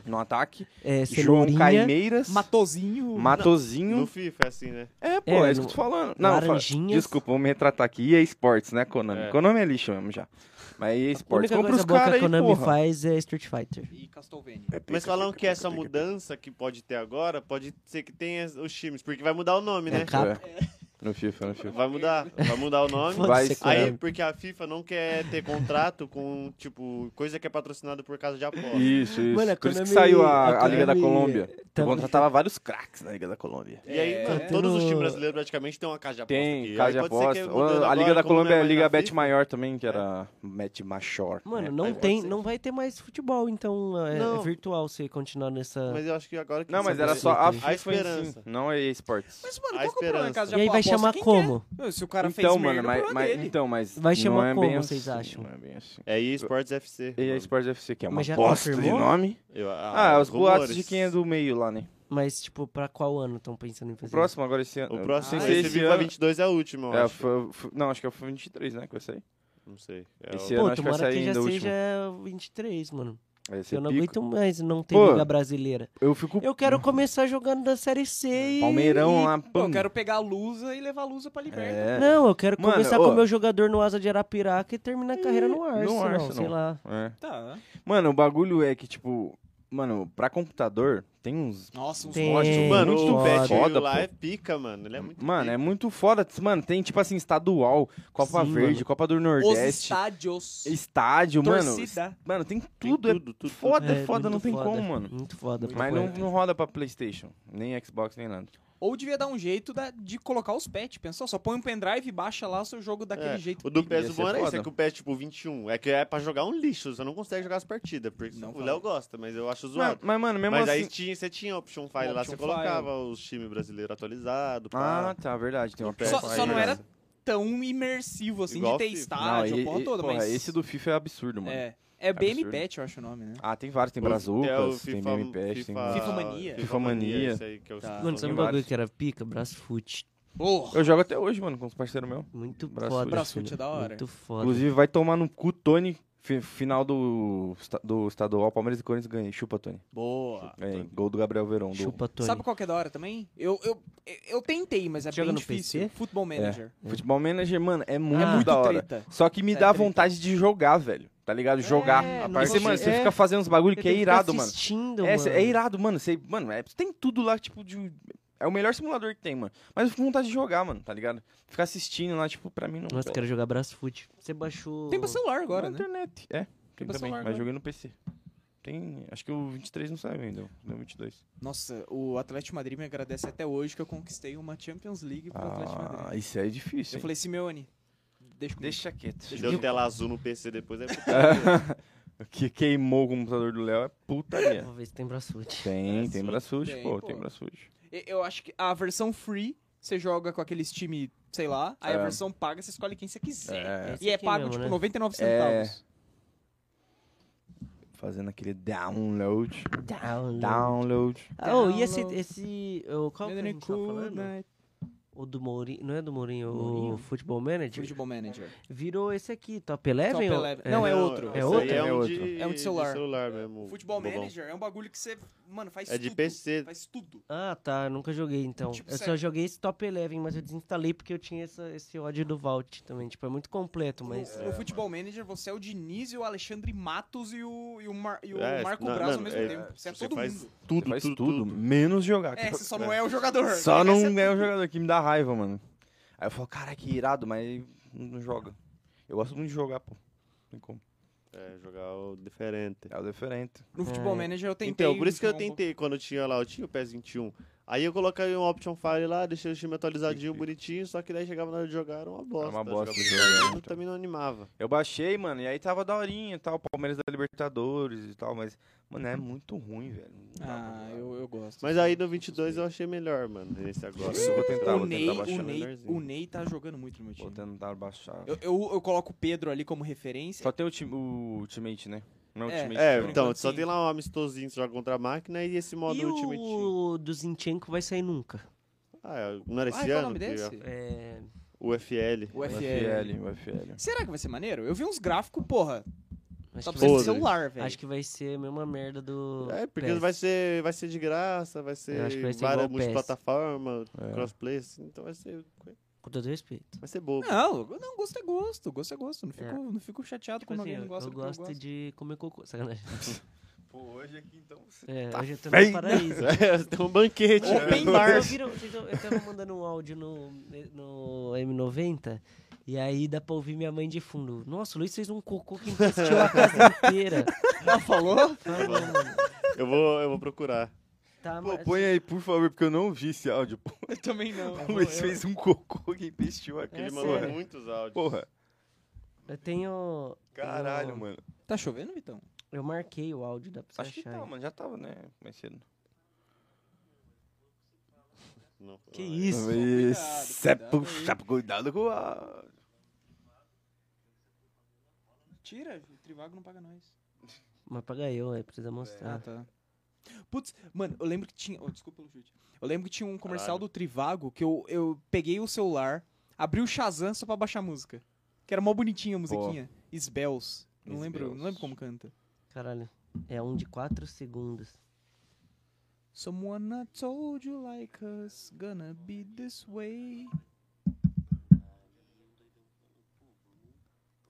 Speaker 3: no ataque.
Speaker 4: É,
Speaker 3: João
Speaker 4: Cenourinha,
Speaker 3: Caimeiras,
Speaker 2: Matozinho.
Speaker 3: Matozinho.
Speaker 5: No
Speaker 4: um
Speaker 5: FIFA, é assim, né?
Speaker 3: É, pô, é,
Speaker 4: É,
Speaker 3: isso que
Speaker 4: no-
Speaker 3: eu tô falando. Não, eu falo-
Speaker 4: Laranjinhas.
Speaker 3: Desculpa, vou me retratar aqui. EA Sports, né, Konami?
Speaker 5: É.
Speaker 3: Konami é lixo mesmo já. Mas EA
Speaker 4: A
Speaker 3: Sports.
Speaker 4: única
Speaker 3: Compra os
Speaker 4: coisa boa
Speaker 3: caras
Speaker 4: que a
Speaker 3: aí,
Speaker 4: Konami
Speaker 3: porra.
Speaker 4: faz é Street Fighter.
Speaker 2: E Castlevania.
Speaker 3: É
Speaker 5: Mas falando que essa mudança que pode ter agora, pode ser que tenha os times, porque vai mudar o nome, né?
Speaker 4: É, cara.
Speaker 3: No FIFA, no FIFA.
Speaker 5: Vai mudar, vai mudar o nome.
Speaker 3: Vai
Speaker 4: Foda-se, é?
Speaker 3: ser-
Speaker 5: Aí,
Speaker 4: Konami.
Speaker 5: porque a FIFA não quer ter contrato com, tipo, coisa que é patrocinada por causa de aposta.
Speaker 3: Isso, isso.
Speaker 4: Mano, a
Speaker 3: Por isso que
Speaker 4: Konami-
Speaker 3: saiu a,
Speaker 4: a
Speaker 3: a Liga da
Speaker 4: Konami-
Speaker 3: Colômbia. Eu
Speaker 4: Tá-
Speaker 3: contratava vários craques na Liga da Colômbia.
Speaker 5: E aí,
Speaker 2: É.
Speaker 5: mano,
Speaker 4: Tá
Speaker 5: todos os
Speaker 4: tendo-
Speaker 5: times brasileiros praticamente têm uma casa de aposta.
Speaker 3: Tem,
Speaker 5: aqui.
Speaker 3: casa
Speaker 5: Aí
Speaker 3: de
Speaker 5: pode ser que
Speaker 3: aposta.
Speaker 5: mudando
Speaker 3: A Liga
Speaker 5: agora,
Speaker 3: da
Speaker 5: como não
Speaker 3: Colômbia é a
Speaker 5: mais
Speaker 3: Liga
Speaker 5: na
Speaker 3: Bet
Speaker 5: FIFA,
Speaker 3: Maior também, que era Bet Maior.
Speaker 4: É. Mano,
Speaker 3: né?
Speaker 4: não
Speaker 5: Aí É, pode
Speaker 4: tem,
Speaker 5: ser.
Speaker 4: não vai ter mais futebol, então é
Speaker 5: Não.
Speaker 4: é virtual se continuar nessa.
Speaker 5: Mas eu acho que agora que
Speaker 3: Não, mas
Speaker 5: você
Speaker 3: era
Speaker 5: vê-
Speaker 3: só a
Speaker 4: A
Speaker 3: FIFA em si,
Speaker 5: esperança.
Speaker 3: não é a EA Sports.
Speaker 2: Mas, mano,
Speaker 5: A
Speaker 2: qual que é o problema?
Speaker 5: esperança.
Speaker 2: Caso
Speaker 4: E aí vai
Speaker 2: aposta
Speaker 4: chamar
Speaker 2: quem
Speaker 4: como?
Speaker 2: quer. Se o cara fez
Speaker 3: Então,
Speaker 2: merda,
Speaker 3: mano,
Speaker 2: o
Speaker 3: mas,
Speaker 2: problema
Speaker 3: mas-
Speaker 2: dele.
Speaker 3: então, mas
Speaker 4: Vai
Speaker 3: não
Speaker 4: chamar
Speaker 3: é
Speaker 4: como,
Speaker 3: bem
Speaker 4: vocês
Speaker 3: assim,
Speaker 4: acham?
Speaker 3: Não é bem assim.
Speaker 5: É EA Sports FC.
Speaker 3: EA
Speaker 5: mano.
Speaker 3: Sports FC, que é uma
Speaker 4: Mas já
Speaker 3: bosta de
Speaker 4: confirmou?
Speaker 3: nome.
Speaker 5: Eu-
Speaker 3: Ah, os boatos
Speaker 5: rumores.
Speaker 3: de quem é do meio lá, né?
Speaker 4: Mas, tipo, pra qual ano estão pensando em
Speaker 3: O
Speaker 4: fazer?
Speaker 3: próximo agora esse ano.
Speaker 5: O próximo,
Speaker 3: Não
Speaker 2: Ah,
Speaker 3: sei
Speaker 5: esse
Speaker 3: se esse
Speaker 5: FIFA
Speaker 3: ano.
Speaker 5: 22 é o último, eu
Speaker 3: É,
Speaker 5: acho.
Speaker 3: foi- foi- não, acho que é o 23, né, que vai sair.
Speaker 5: Não sei. É
Speaker 3: Esse
Speaker 5: o-
Speaker 3: ano
Speaker 4: Pô,
Speaker 3: acho que vai
Speaker 4: tomara
Speaker 3: sair
Speaker 4: que já
Speaker 3: ainda o último.
Speaker 4: seja 23, mano.
Speaker 3: Vai ser
Speaker 4: Eu não
Speaker 3: pico.
Speaker 4: aguento mais não ter
Speaker 3: Pô.
Speaker 4: Liga Brasileira.
Speaker 3: Eu fico
Speaker 4: Eu quero começar jogando da Série C e...
Speaker 3: Palmeirão né?
Speaker 4: e-
Speaker 3: lá,
Speaker 2: Pô,
Speaker 3: pão.
Speaker 2: eu quero pegar a Lusa e levar a Lusa pra liberta.
Speaker 3: É.
Speaker 4: Não, eu quero
Speaker 3: Mano,
Speaker 4: começar
Speaker 3: ô.
Speaker 4: com o meu jogador no Asa de Arapiraca e terminar a carreira no
Speaker 3: No
Speaker 4: Arsenal,
Speaker 3: Arsenal.
Speaker 4: sei lá.
Speaker 3: É.
Speaker 2: Tá.
Speaker 3: Mano, o bagulho é que, tipo, mano, pra computador tem uns.
Speaker 2: Nossa, uns
Speaker 4: Tem.
Speaker 2: ótimos.
Speaker 4: É,
Speaker 5: Mano,
Speaker 4: muito
Speaker 5: o Bet
Speaker 3: foda,
Speaker 5: lá
Speaker 3: pô.
Speaker 5: é pica, mano. Ele é muito
Speaker 3: Mano,
Speaker 5: pica.
Speaker 3: é muito foda. Mano, tem tipo assim, estadual, Copa
Speaker 4: Sim,
Speaker 3: Verde,
Speaker 4: mano.
Speaker 3: Copa do
Speaker 2: Os
Speaker 3: Nordeste,
Speaker 2: estádios.
Speaker 3: estádio, mano.
Speaker 2: Torcida.
Speaker 3: Mano, tem
Speaker 5: Tem
Speaker 3: tudo. é
Speaker 5: tudo, tudo,
Speaker 3: foda, é,
Speaker 4: É,
Speaker 3: foda,
Speaker 4: muito
Speaker 3: não tem
Speaker 4: foda.
Speaker 3: como, mano.
Speaker 4: Muito foda.
Speaker 3: Mas
Speaker 4: papai.
Speaker 3: não, não roda pra Playstation, nem Xbox, nem nada.
Speaker 2: Ou devia dar um jeito da- de colocar os pets, pensou? Só põe um pendrive e baixa lá o seu jogo daquele
Speaker 5: É,
Speaker 2: jeito.
Speaker 5: O do
Speaker 2: que-
Speaker 5: PES
Speaker 3: Ia
Speaker 5: bom
Speaker 3: ser
Speaker 5: era isso,
Speaker 3: foda.
Speaker 5: é que o PES, tipo, 21. É que é pra jogar um lixo, você não consegue jogar as partidas. Porque
Speaker 2: Não
Speaker 5: o
Speaker 2: fala.
Speaker 5: Léo gosta, mas eu acho
Speaker 3: Mas,
Speaker 5: zoado.
Speaker 3: mas, mano, mesmo
Speaker 5: Mas
Speaker 3: assim.
Speaker 5: aí tinha, você tinha option file lá,
Speaker 2: Option
Speaker 5: você colocava os times brasileiros atualizados.
Speaker 3: Ah, tá, verdade. Tem uma
Speaker 5: Só-
Speaker 2: Só,
Speaker 3: peça
Speaker 2: só
Speaker 3: aí,
Speaker 2: não
Speaker 3: né?
Speaker 2: era tão imersivo assim
Speaker 5: Igual
Speaker 2: de ter
Speaker 5: FIFA.
Speaker 2: estádio,
Speaker 3: Não,
Speaker 2: a porra
Speaker 3: e- e-
Speaker 2: toda,
Speaker 3: porra,
Speaker 2: mas.
Speaker 3: Esse do FIFA é absurdo, mano.
Speaker 2: É. É
Speaker 3: Absurdo.
Speaker 2: BMPet, eu acho o nome, né?
Speaker 3: Ah, tem vários, tem Brazucas, tem Meme Pest, tem.
Speaker 2: FIFA Mania.
Speaker 5: FIFA
Speaker 3: Mania.
Speaker 5: Mania. esse aí que é o-
Speaker 2: Tá.
Speaker 4: Mano, sabe um
Speaker 3: vários.
Speaker 4: bagulho que era pica? Brasfoot.
Speaker 2: Porra!
Speaker 3: Eu jogo até hoje, mano, com os parceiros meus.
Speaker 4: Muito
Speaker 3: Brasfoot.
Speaker 4: foda.
Speaker 2: Brasfoot
Speaker 4: filho.
Speaker 2: é da hora.
Speaker 4: Muito foda.
Speaker 3: Inclusive, vai tomar no cu, Tony. fi- Final do, esta- do estadual, Palmeiras e Corinthians ganhei. Chupa, Tony.
Speaker 2: Boa!
Speaker 3: Ganhei. Gol do Gabriel Verão. Do
Speaker 4: Chupa, Tony.
Speaker 2: Sabe qual que é da hora também? Eu, eu, eu tentei, mas é
Speaker 4: Joga
Speaker 2: bem
Speaker 4: no É.
Speaker 2: difícil.
Speaker 4: PC?
Speaker 2: Futebol Manager.
Speaker 3: Futebol Manager, mano, é muito,
Speaker 4: É muito
Speaker 3: da hora.
Speaker 2: treta.
Speaker 3: Só que me
Speaker 2: Ah, É
Speaker 3: dá
Speaker 2: treta.
Speaker 3: vontade de jogar, velho. Tá ligado? Jogar.
Speaker 4: não
Speaker 3: a parte,
Speaker 4: gosto-
Speaker 3: mano, você
Speaker 4: é.
Speaker 3: fica fazendo uns bagulho que é irado, mano.
Speaker 4: assistindo,
Speaker 3: É,
Speaker 4: mano.
Speaker 3: cê- é irado, mano. Você, mano, é- tem tudo lá, tipo, de. É o melhor simulador que tem, mano. Mas eu fico com vontade de jogar, mano, tá ligado? Ficar assistindo lá, tipo, pra mim não.
Speaker 4: Nossa, quero jogar Brasfoot. Você baixou...
Speaker 2: Tem pra celular agora,
Speaker 3: na
Speaker 2: né?
Speaker 3: internet. É, tem
Speaker 2: pra
Speaker 3: também.
Speaker 2: celular
Speaker 3: Mas
Speaker 2: agora.
Speaker 3: joguei no PC. Tem. Acho que o 23 não saiu ainda. Deu 22.
Speaker 2: Nossa, o Atlético de Madrid me agradece até hoje que eu conquistei uma Champions League pro Atlético de Madrid.
Speaker 3: Ah, isso aí é difícil.
Speaker 2: Eu
Speaker 3: hein?
Speaker 2: falei, Simeone, deixa comigo.
Speaker 3: Deixa quieto.
Speaker 5: Deu tela azul no PC depois. É
Speaker 3: o que queimou o computador do Léo é putaria.
Speaker 4: Vou ver se tem Brasfoot.
Speaker 3: Tem, tem
Speaker 5: Braçude.
Speaker 3: braçude,
Speaker 2: Tem,
Speaker 3: pô,
Speaker 2: pô.
Speaker 3: tem braçude.
Speaker 2: E- Eu acho que a versão free, você joga com aqueles time, sei lá, aí
Speaker 3: É.
Speaker 2: a versão paga, você escolhe quem você quiser.
Speaker 3: É,
Speaker 2: E é
Speaker 4: aqui
Speaker 2: pago,
Speaker 4: mesmo,
Speaker 2: tipo,
Speaker 4: né?
Speaker 2: 99 centavos.
Speaker 3: fazendo aquele download.
Speaker 4: né? Download.
Speaker 3: Download.
Speaker 4: Ah, oh, e esse...
Speaker 2: Download.
Speaker 4: esse oh, qual que a gente tá falando? tá o do Mourinho, não é do Mourinho,
Speaker 2: né? Mourinho?
Speaker 4: o Futebol
Speaker 3: É
Speaker 4: Manager,
Speaker 3: tipo
Speaker 2: Futebol Manager.
Speaker 4: virou esse aqui, Top Eleven?
Speaker 2: Top
Speaker 4: ou-
Speaker 2: Eleven. Não, é outro.
Speaker 4: É
Speaker 5: esse
Speaker 4: outro?
Speaker 5: aí É,
Speaker 3: É
Speaker 5: um
Speaker 3: outro.
Speaker 5: De,
Speaker 2: É um de celular.
Speaker 5: mesmo.
Speaker 2: Futebol
Speaker 5: bobão.
Speaker 2: Manager é um bagulho que você, mano, faz
Speaker 5: É
Speaker 2: tudo.
Speaker 5: de PC.
Speaker 2: Faz tudo.
Speaker 4: Ah, tá, eu nunca joguei então.
Speaker 2: Tipo,
Speaker 4: eu
Speaker 2: cê-
Speaker 4: só joguei esse Top Eleven, mas eu desinstalei porque eu tinha essa- esse ódio do Vault também. Tipo, é muito completo, mas.
Speaker 5: é,
Speaker 2: No, no Futebol Manager, você é o Diniz e o Alexandre Matos e o, e o, Mar- e o
Speaker 5: É,
Speaker 2: Marco
Speaker 5: não,
Speaker 2: Braz ao
Speaker 5: não,
Speaker 2: mesmo
Speaker 5: é,
Speaker 2: tempo. Você é
Speaker 5: você
Speaker 2: todo
Speaker 5: faz-
Speaker 2: mundo.
Speaker 3: Tudo,
Speaker 5: faz
Speaker 3: faz tudo,
Speaker 5: tudo.
Speaker 3: menos jogar.
Speaker 2: É,
Speaker 3: Que-
Speaker 2: você só não é o jogador.
Speaker 3: Só não
Speaker 2: Essa-
Speaker 3: é o jogador que me dá raiva, mano. Aí eu falo, cara, que irado, mas não joga. Eu gosto muito de jogar, pô. Não tem como.
Speaker 5: É, jogar o diferente.
Speaker 3: É o diferente.
Speaker 2: No Futebol
Speaker 4: É.
Speaker 2: Manager eu tentei.
Speaker 5: Então, por isso que eu
Speaker 2: jogar um pouco.
Speaker 5: tentei quando eu tinha lá, eu tinha o PES 21. Aí eu coloquei um Option Fire lá, deixei o time atualizadinho, bonitinho, só que daí chegava na hora de jogar, era uma bosta.
Speaker 3: É uma bosta
Speaker 5: jogava
Speaker 3: jogar,
Speaker 5: jogando,
Speaker 3: então.
Speaker 5: Também não animava.
Speaker 3: Eu baixei, mano, e aí tava daorinha e tal, Palmeiras da Libertadores e tal, mas, mano, é muito ruim, velho. Não dá pra
Speaker 2: Ah,
Speaker 3: jogar.
Speaker 2: eu, eu gosto.
Speaker 5: Mas aí no 22 eu achei melhor, mano, esse agora.
Speaker 3: Isso, eu vou tentar,
Speaker 2: o,
Speaker 3: vou
Speaker 2: Ney,
Speaker 3: tentar baixar.
Speaker 2: o, Ney,
Speaker 5: menorzinho.
Speaker 2: o Ney tá jogando muito no meu
Speaker 3: Vou
Speaker 2: time.
Speaker 3: tentar baixar.
Speaker 2: Eu, eu, eu coloco o Pedro ali como referência.
Speaker 3: Só tem o, time, o teammate, né? Não,
Speaker 2: É.
Speaker 3: o teammate.
Speaker 5: É,
Speaker 3: não.
Speaker 2: por
Speaker 5: então,
Speaker 2: enquanto,
Speaker 5: só
Speaker 2: sim.
Speaker 5: tem lá um amistosinho, que você joga contra a máquina e esse modo
Speaker 4: E
Speaker 5: Ultimate Team.
Speaker 4: o do Zinchenko vai sair nunca.
Speaker 5: Ah, não
Speaker 2: Ah,
Speaker 5: era esse
Speaker 2: qual é o
Speaker 5: ano?
Speaker 2: nome
Speaker 5: que-
Speaker 2: desse?
Speaker 4: É.
Speaker 5: O FL.
Speaker 2: O
Speaker 3: O
Speaker 2: FL.
Speaker 3: FL, o FL.
Speaker 2: Será que vai ser maneiro? Eu vi uns gráficos, porra.
Speaker 4: Acho
Speaker 2: Só precisa
Speaker 4: que, vai,
Speaker 2: de
Speaker 5: Podre.
Speaker 2: celular, velho.
Speaker 4: acho que vai ser a mesma merda do.
Speaker 5: É, porque
Speaker 4: PES.
Speaker 5: vai ser, vai ser de graça, vai ser
Speaker 4: Eu acho que vai ser igual
Speaker 5: várias
Speaker 4: ao PES.
Speaker 5: multiplataforma,
Speaker 3: É.
Speaker 5: crossplay, assim, então vai ser,
Speaker 4: Com todo respeito.
Speaker 5: vai ser bobo.
Speaker 2: Não, não, gosto é gosto, gosto é gosto. Não fico,
Speaker 4: É.
Speaker 2: não fico chateado
Speaker 4: Tipo
Speaker 2: quando
Speaker 4: assim,
Speaker 2: alguém não
Speaker 4: eu,
Speaker 2: gosta
Speaker 4: eu
Speaker 2: do que eu
Speaker 4: gosto
Speaker 2: gosto.
Speaker 4: de comer cocô. Sacanagem.
Speaker 3: Pô, hoje aqui então você.
Speaker 4: É,
Speaker 3: Tá
Speaker 4: hoje eu tô
Speaker 3: feio.
Speaker 4: no paraíso.
Speaker 5: tem um banquete.
Speaker 2: Open
Speaker 5: né?
Speaker 2: bar.
Speaker 4: Vocês ouviram- vocês ou- eu tava mandando um áudio no, no M90 e aí dá pra ouvir minha mãe de fundo. Nossa, o Luiz fez um cocô que investiu a casa inteira.
Speaker 2: Ela falou?
Speaker 4: Falou, mano.
Speaker 5: um- Eu vou, eu vou procurar.
Speaker 4: Tá,
Speaker 3: Pô,
Speaker 4: mas-
Speaker 3: põe aí, por favor, porque eu não vi esse áudio. Pô,
Speaker 2: é. Eu também não.
Speaker 3: o Luiz fez um cocô que investiu aqui.
Speaker 4: É
Speaker 5: Ele mandou
Speaker 4: sério.
Speaker 5: muitos áudios.
Speaker 3: Porra,
Speaker 4: Eu tenho.
Speaker 3: caralho,
Speaker 4: eu,
Speaker 3: mano.
Speaker 2: Tá chovendo, Vitão?
Speaker 4: Eu marquei o áudio, dá pra você é
Speaker 3: Acho que
Speaker 4: achar.
Speaker 3: tá,
Speaker 4: aí.
Speaker 3: mano. Já tava, né? Mais cedo.
Speaker 5: Não,
Speaker 4: Que
Speaker 5: não,
Speaker 4: isso?
Speaker 2: Cuidado,
Speaker 3: Cê
Speaker 2: cuidado
Speaker 3: é puxa, cuidado com a.
Speaker 2: Tira, o Trivago não paga nós.
Speaker 4: Mas paga eu, é, precisa mostrar.
Speaker 2: tá. Putz, mano, eu lembro que tinha. oh, desculpa pelo chute. Eu lembro que tinha um comercial
Speaker 5: Caralho.
Speaker 2: do Trivago que eu, eu peguei o celular, abri o Shazam só pra baixar a música. Que era mó bonitinha a musiquinha. Sbells. Não lembro,
Speaker 3: Sbells.
Speaker 2: não lembro como canta.
Speaker 4: Caralho. É um de 4 segundos.
Speaker 2: Someone I told you like us, gonna be this way.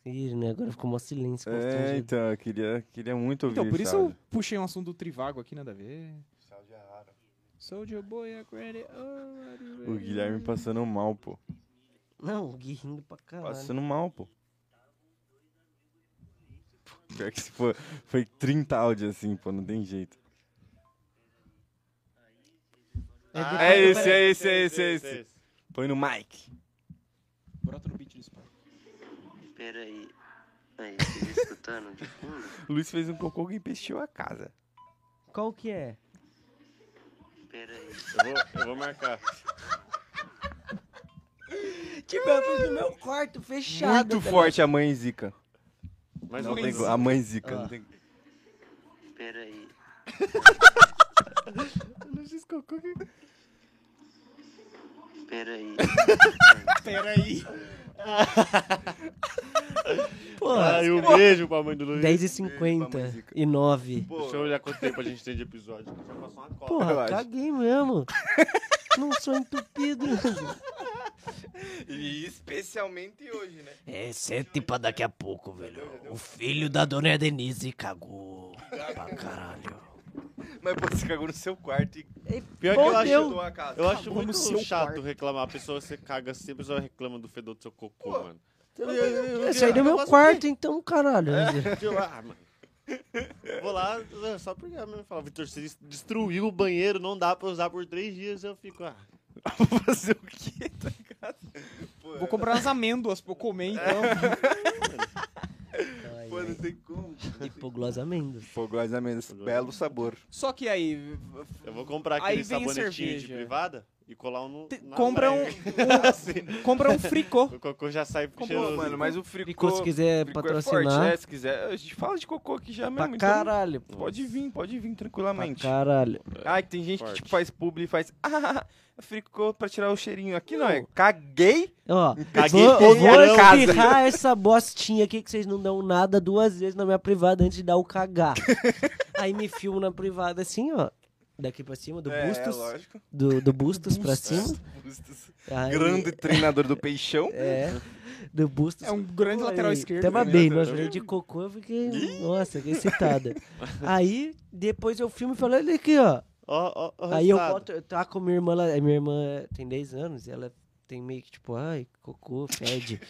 Speaker 4: Ih, né? Agora ficou mó silêncio
Speaker 3: É,
Speaker 4: constrangido.
Speaker 3: então, eu queria, queria muito ouvir
Speaker 2: Então, por isso
Speaker 3: áudio.
Speaker 2: eu puxei um assunto do Trivago aqui, nada a ver.
Speaker 3: é
Speaker 2: Soldier Boy, I ready, already
Speaker 3: O Guilherme passando mal, pô.
Speaker 4: Não, o Gui rindo pra caralho.
Speaker 3: Passando mal, pô. Pior que se for, foi 30 áudios assim, pô, não tem jeito.
Speaker 5: Ah,
Speaker 3: é
Speaker 4: depois-
Speaker 3: esse,
Speaker 4: peraí.
Speaker 3: é esse, é esse, é esse. Põe no mic.
Speaker 2: Brota no beat do Spotify.
Speaker 6: Pera aí. Aí, você tá escutando de fundo?
Speaker 3: O Luiz fez um cocô que empestiu a casa.
Speaker 4: Qual que é?
Speaker 6: Pera aí.
Speaker 5: Eu vou, eu vou marcar.
Speaker 4: Tipo, eu fiz no meu quarto, fechado.
Speaker 3: Muito forte a mãe zica.
Speaker 5: Mas
Speaker 3: Não
Speaker 5: não
Speaker 3: tem co- a mãe zica.
Speaker 4: Ah.
Speaker 3: Não tem...
Speaker 6: Pera aí. Pera aí.
Speaker 2: Peraí.
Speaker 4: Pô,
Speaker 5: Ai, um beijo pra mãe do Luiz.
Speaker 4: 10
Speaker 3: Pra
Speaker 4: e
Speaker 3: mãe
Speaker 4: 50
Speaker 3: zica.
Speaker 4: e 9.
Speaker 5: Deixa eu olhar quanto tempo a gente tem de episódio. Já passou uma cola.
Speaker 4: Porra,
Speaker 3: eu acho.
Speaker 4: caguei mesmo. Não sou entupido.
Speaker 3: E especialmente hoje, né?
Speaker 7: É, sente pra daqui a pouco, velho. O filho da dona é Denise cagou pra caralho.
Speaker 3: Mas pô, você cagou no seu quarto e
Speaker 5: Pior que eu
Speaker 4: Fodeu.
Speaker 5: acho,
Speaker 3: chutou a casa.
Speaker 5: eu acho
Speaker 2: Acabou no seu
Speaker 5: muito chato
Speaker 2: quarto.
Speaker 5: reclamar. A pessoa, você caga assim, a pessoa reclama do fedor do seu cocô, mano.
Speaker 4: Eu saí do é meu quarto, então, caralho.
Speaker 3: É.
Speaker 5: Eu, ah, mano. Vou lá, é, só porque a minha mãe fala, Vitor, você des- destruiu o banheiro, não dá pra usar por três dias. Eu fico, ah,
Speaker 3: Vou fazer o quê, tá ligado? Pô, É.
Speaker 2: Vou comprar umas amêndoas pra eu comer, então.
Speaker 4: Ai,
Speaker 3: pô, não
Speaker 4: ai.
Speaker 3: tem como.
Speaker 4: Hipoglose amêndoas.
Speaker 3: Pô, gosto da menos. é Belo sabor.
Speaker 2: Só que aí.
Speaker 5: eu vou comprar
Speaker 2: Aí
Speaker 5: aquele
Speaker 2: vem a
Speaker 5: sabonetinho de
Speaker 2: cerveja.
Speaker 5: privada. e colar um no.
Speaker 2: Te-
Speaker 5: na
Speaker 2: compra um-
Speaker 5: brega. Assim,
Speaker 2: Compra um fricô.
Speaker 5: o cocô já sai
Speaker 3: Pô,
Speaker 5: cheiroso.
Speaker 3: é, mano, mas o
Speaker 4: E
Speaker 3: fricô,
Speaker 4: se quiser
Speaker 3: fricô é forte,
Speaker 4: patrocinar,
Speaker 3: né? Se quiser, a gente fala de cocô aqui já mesmo.
Speaker 4: pra
Speaker 3: então
Speaker 4: caralho, pô.
Speaker 3: pode vir, pode vir
Speaker 4: Pra
Speaker 3: tranquilamente.
Speaker 4: caralho.
Speaker 3: Ah, que tem gente
Speaker 5: Forte.
Speaker 3: que tipo, faz publi e faz. Ah, fricô pra tirar o cheirinho. Aqui não, é.
Speaker 4: Não.
Speaker 3: Caguei.
Speaker 4: Ó,
Speaker 5: Caguei
Speaker 4: vou,
Speaker 5: todo
Speaker 4: vou
Speaker 5: mundo em casa.
Speaker 4: espirrar essa bostinha aqui que vocês não dão nada duas vezes na minha privada antes de dar o cagar. Aí me filmo na privada assim, ó. Daqui pra cima, do
Speaker 3: é,
Speaker 4: bustos.
Speaker 3: lógico.
Speaker 4: do, do bustos pra cima.
Speaker 3: Bustos.
Speaker 4: Aí,
Speaker 3: Grande treinador do peixão.
Speaker 4: É. Do bustos.
Speaker 2: É um grande
Speaker 4: Pô,
Speaker 2: lateral
Speaker 4: aí,
Speaker 2: esquerdo.
Speaker 4: Tava
Speaker 2: né?
Speaker 4: bem, mas falei de cocô, eu fiquei. Nossa, fiquei excitada. Aí, depois eu filme falando olha aqui, ó.
Speaker 5: Ó, ó, ó, o
Speaker 4: Aí eu
Speaker 5: resultado.
Speaker 4: boto, eu taco minha irmã lá. Minha irmã tem 10 anos e ela tem meio que tipo, ai, cocô, fede.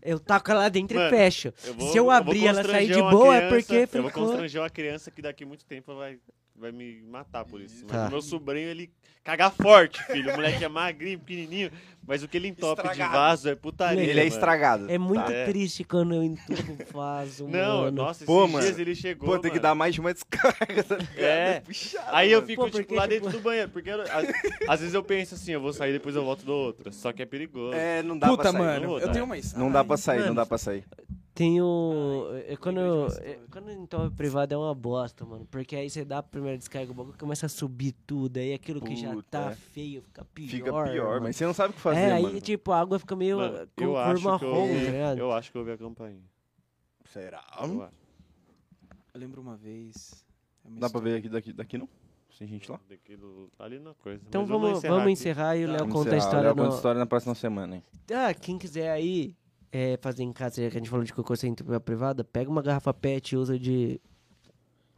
Speaker 4: Eu taco ela lá dentro
Speaker 5: Mano,
Speaker 4: e fecho.
Speaker 5: Eu vou-
Speaker 4: Se eu
Speaker 5: vou
Speaker 4: abrir ela sair
Speaker 5: constranger
Speaker 4: de
Speaker 5: uma
Speaker 4: boa, é
Speaker 5: criança-
Speaker 4: porque
Speaker 5: Eu vou
Speaker 4: ficou-
Speaker 5: constranger uma criança que daqui muito tempo vai, vai me matar por isso. Mas
Speaker 4: Tá.
Speaker 5: o meu sobrinho, ele caga forte, filho. O moleque é magrinho, pequenininho. Mas o que ele entope
Speaker 3: Estragado.
Speaker 5: de vaso é putaria.
Speaker 3: Ele é
Speaker 5: mano.
Speaker 3: estragado.
Speaker 4: É muito
Speaker 5: É.
Speaker 4: triste quando eu entubo o vaso,
Speaker 5: Não,
Speaker 4: mano.
Speaker 5: nossa,
Speaker 3: Pô,
Speaker 5: esses
Speaker 3: mano.
Speaker 5: dias ele chegou.
Speaker 3: Pô, tem que
Speaker 5: mano.
Speaker 3: dar mais de uma descarga, tá ligado?
Speaker 5: É.
Speaker 3: puxado,
Speaker 5: Aí eu
Speaker 3: mano.
Speaker 5: fico,
Speaker 4: Pô,
Speaker 5: tipo,
Speaker 4: porque,
Speaker 5: lá
Speaker 4: tipo-
Speaker 5: dentro do banheiro. Porque eu- às, às vezes eu penso assim, eu vou sair depois eu volto do outro. Só que é perigoso.
Speaker 3: É, não dá pra
Speaker 2: Puta,
Speaker 3: sair.
Speaker 5: não
Speaker 2: mano,
Speaker 5: vou
Speaker 2: eu
Speaker 5: dar.
Speaker 2: tenho uma história.
Speaker 3: Não dá pra
Speaker 4: Ai,
Speaker 3: sair, não
Speaker 4: mano.
Speaker 3: dá pra sair.
Speaker 4: Tem o. é quando,
Speaker 2: lembrei de uma
Speaker 4: é,
Speaker 2: história.
Speaker 4: quando entope privado é uma bosta, mano. Porque aí você dá a primeira descarga, o bagulho começa a subir tudo. Aí aquilo que já
Speaker 3: Puta,
Speaker 4: tá
Speaker 3: é.
Speaker 4: feio fica pior.
Speaker 3: Fica pior,
Speaker 4: mano.
Speaker 3: mas você não sabe o que fazer,
Speaker 4: é, aí
Speaker 3: mano.
Speaker 4: tipo, a água fica meio
Speaker 5: Mano,
Speaker 4: com
Speaker 5: eu,
Speaker 4: cor
Speaker 5: acho que eu,
Speaker 4: marrom,
Speaker 5: ouvi,
Speaker 4: tá ligado?
Speaker 5: eu acho que eu ouvi a campainha.
Speaker 3: tipo, Será?
Speaker 5: Eu acho.
Speaker 2: Eu lembro uma vez. é uma
Speaker 3: Dá pra
Speaker 2: história.
Speaker 3: ver aqui daqui, daqui não? Sem gente lá?
Speaker 5: Daquilo- tá ali na coisa.
Speaker 4: Então
Speaker 5: Mas
Speaker 4: vamos,
Speaker 5: encerrar
Speaker 4: vamos
Speaker 5: aqui.
Speaker 4: encerrar, e o
Speaker 5: Tá.
Speaker 4: Léo
Speaker 5: Vamos
Speaker 4: conta a
Speaker 3: Será?
Speaker 4: história.
Speaker 3: Olha, conta
Speaker 4: no-
Speaker 3: a história na próxima semana, hein?
Speaker 4: Ah, quem quiser aí é, fazer em casa, já que a gente falou de cocô sem entupir a privada, pega uma garrafa PET e usa de,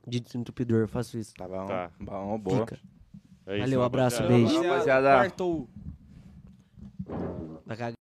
Speaker 4: de desentupidor. Eu faço isso.
Speaker 3: Tá bom.
Speaker 5: Tá.
Speaker 3: Bom, boa.
Speaker 4: Fica.
Speaker 5: É isso,
Speaker 4: Valeu, abraço,
Speaker 5: rapaziada.
Speaker 4: beijo.
Speaker 3: Rapaziada.
Speaker 2: Quartou.
Speaker 4: Vai cagar.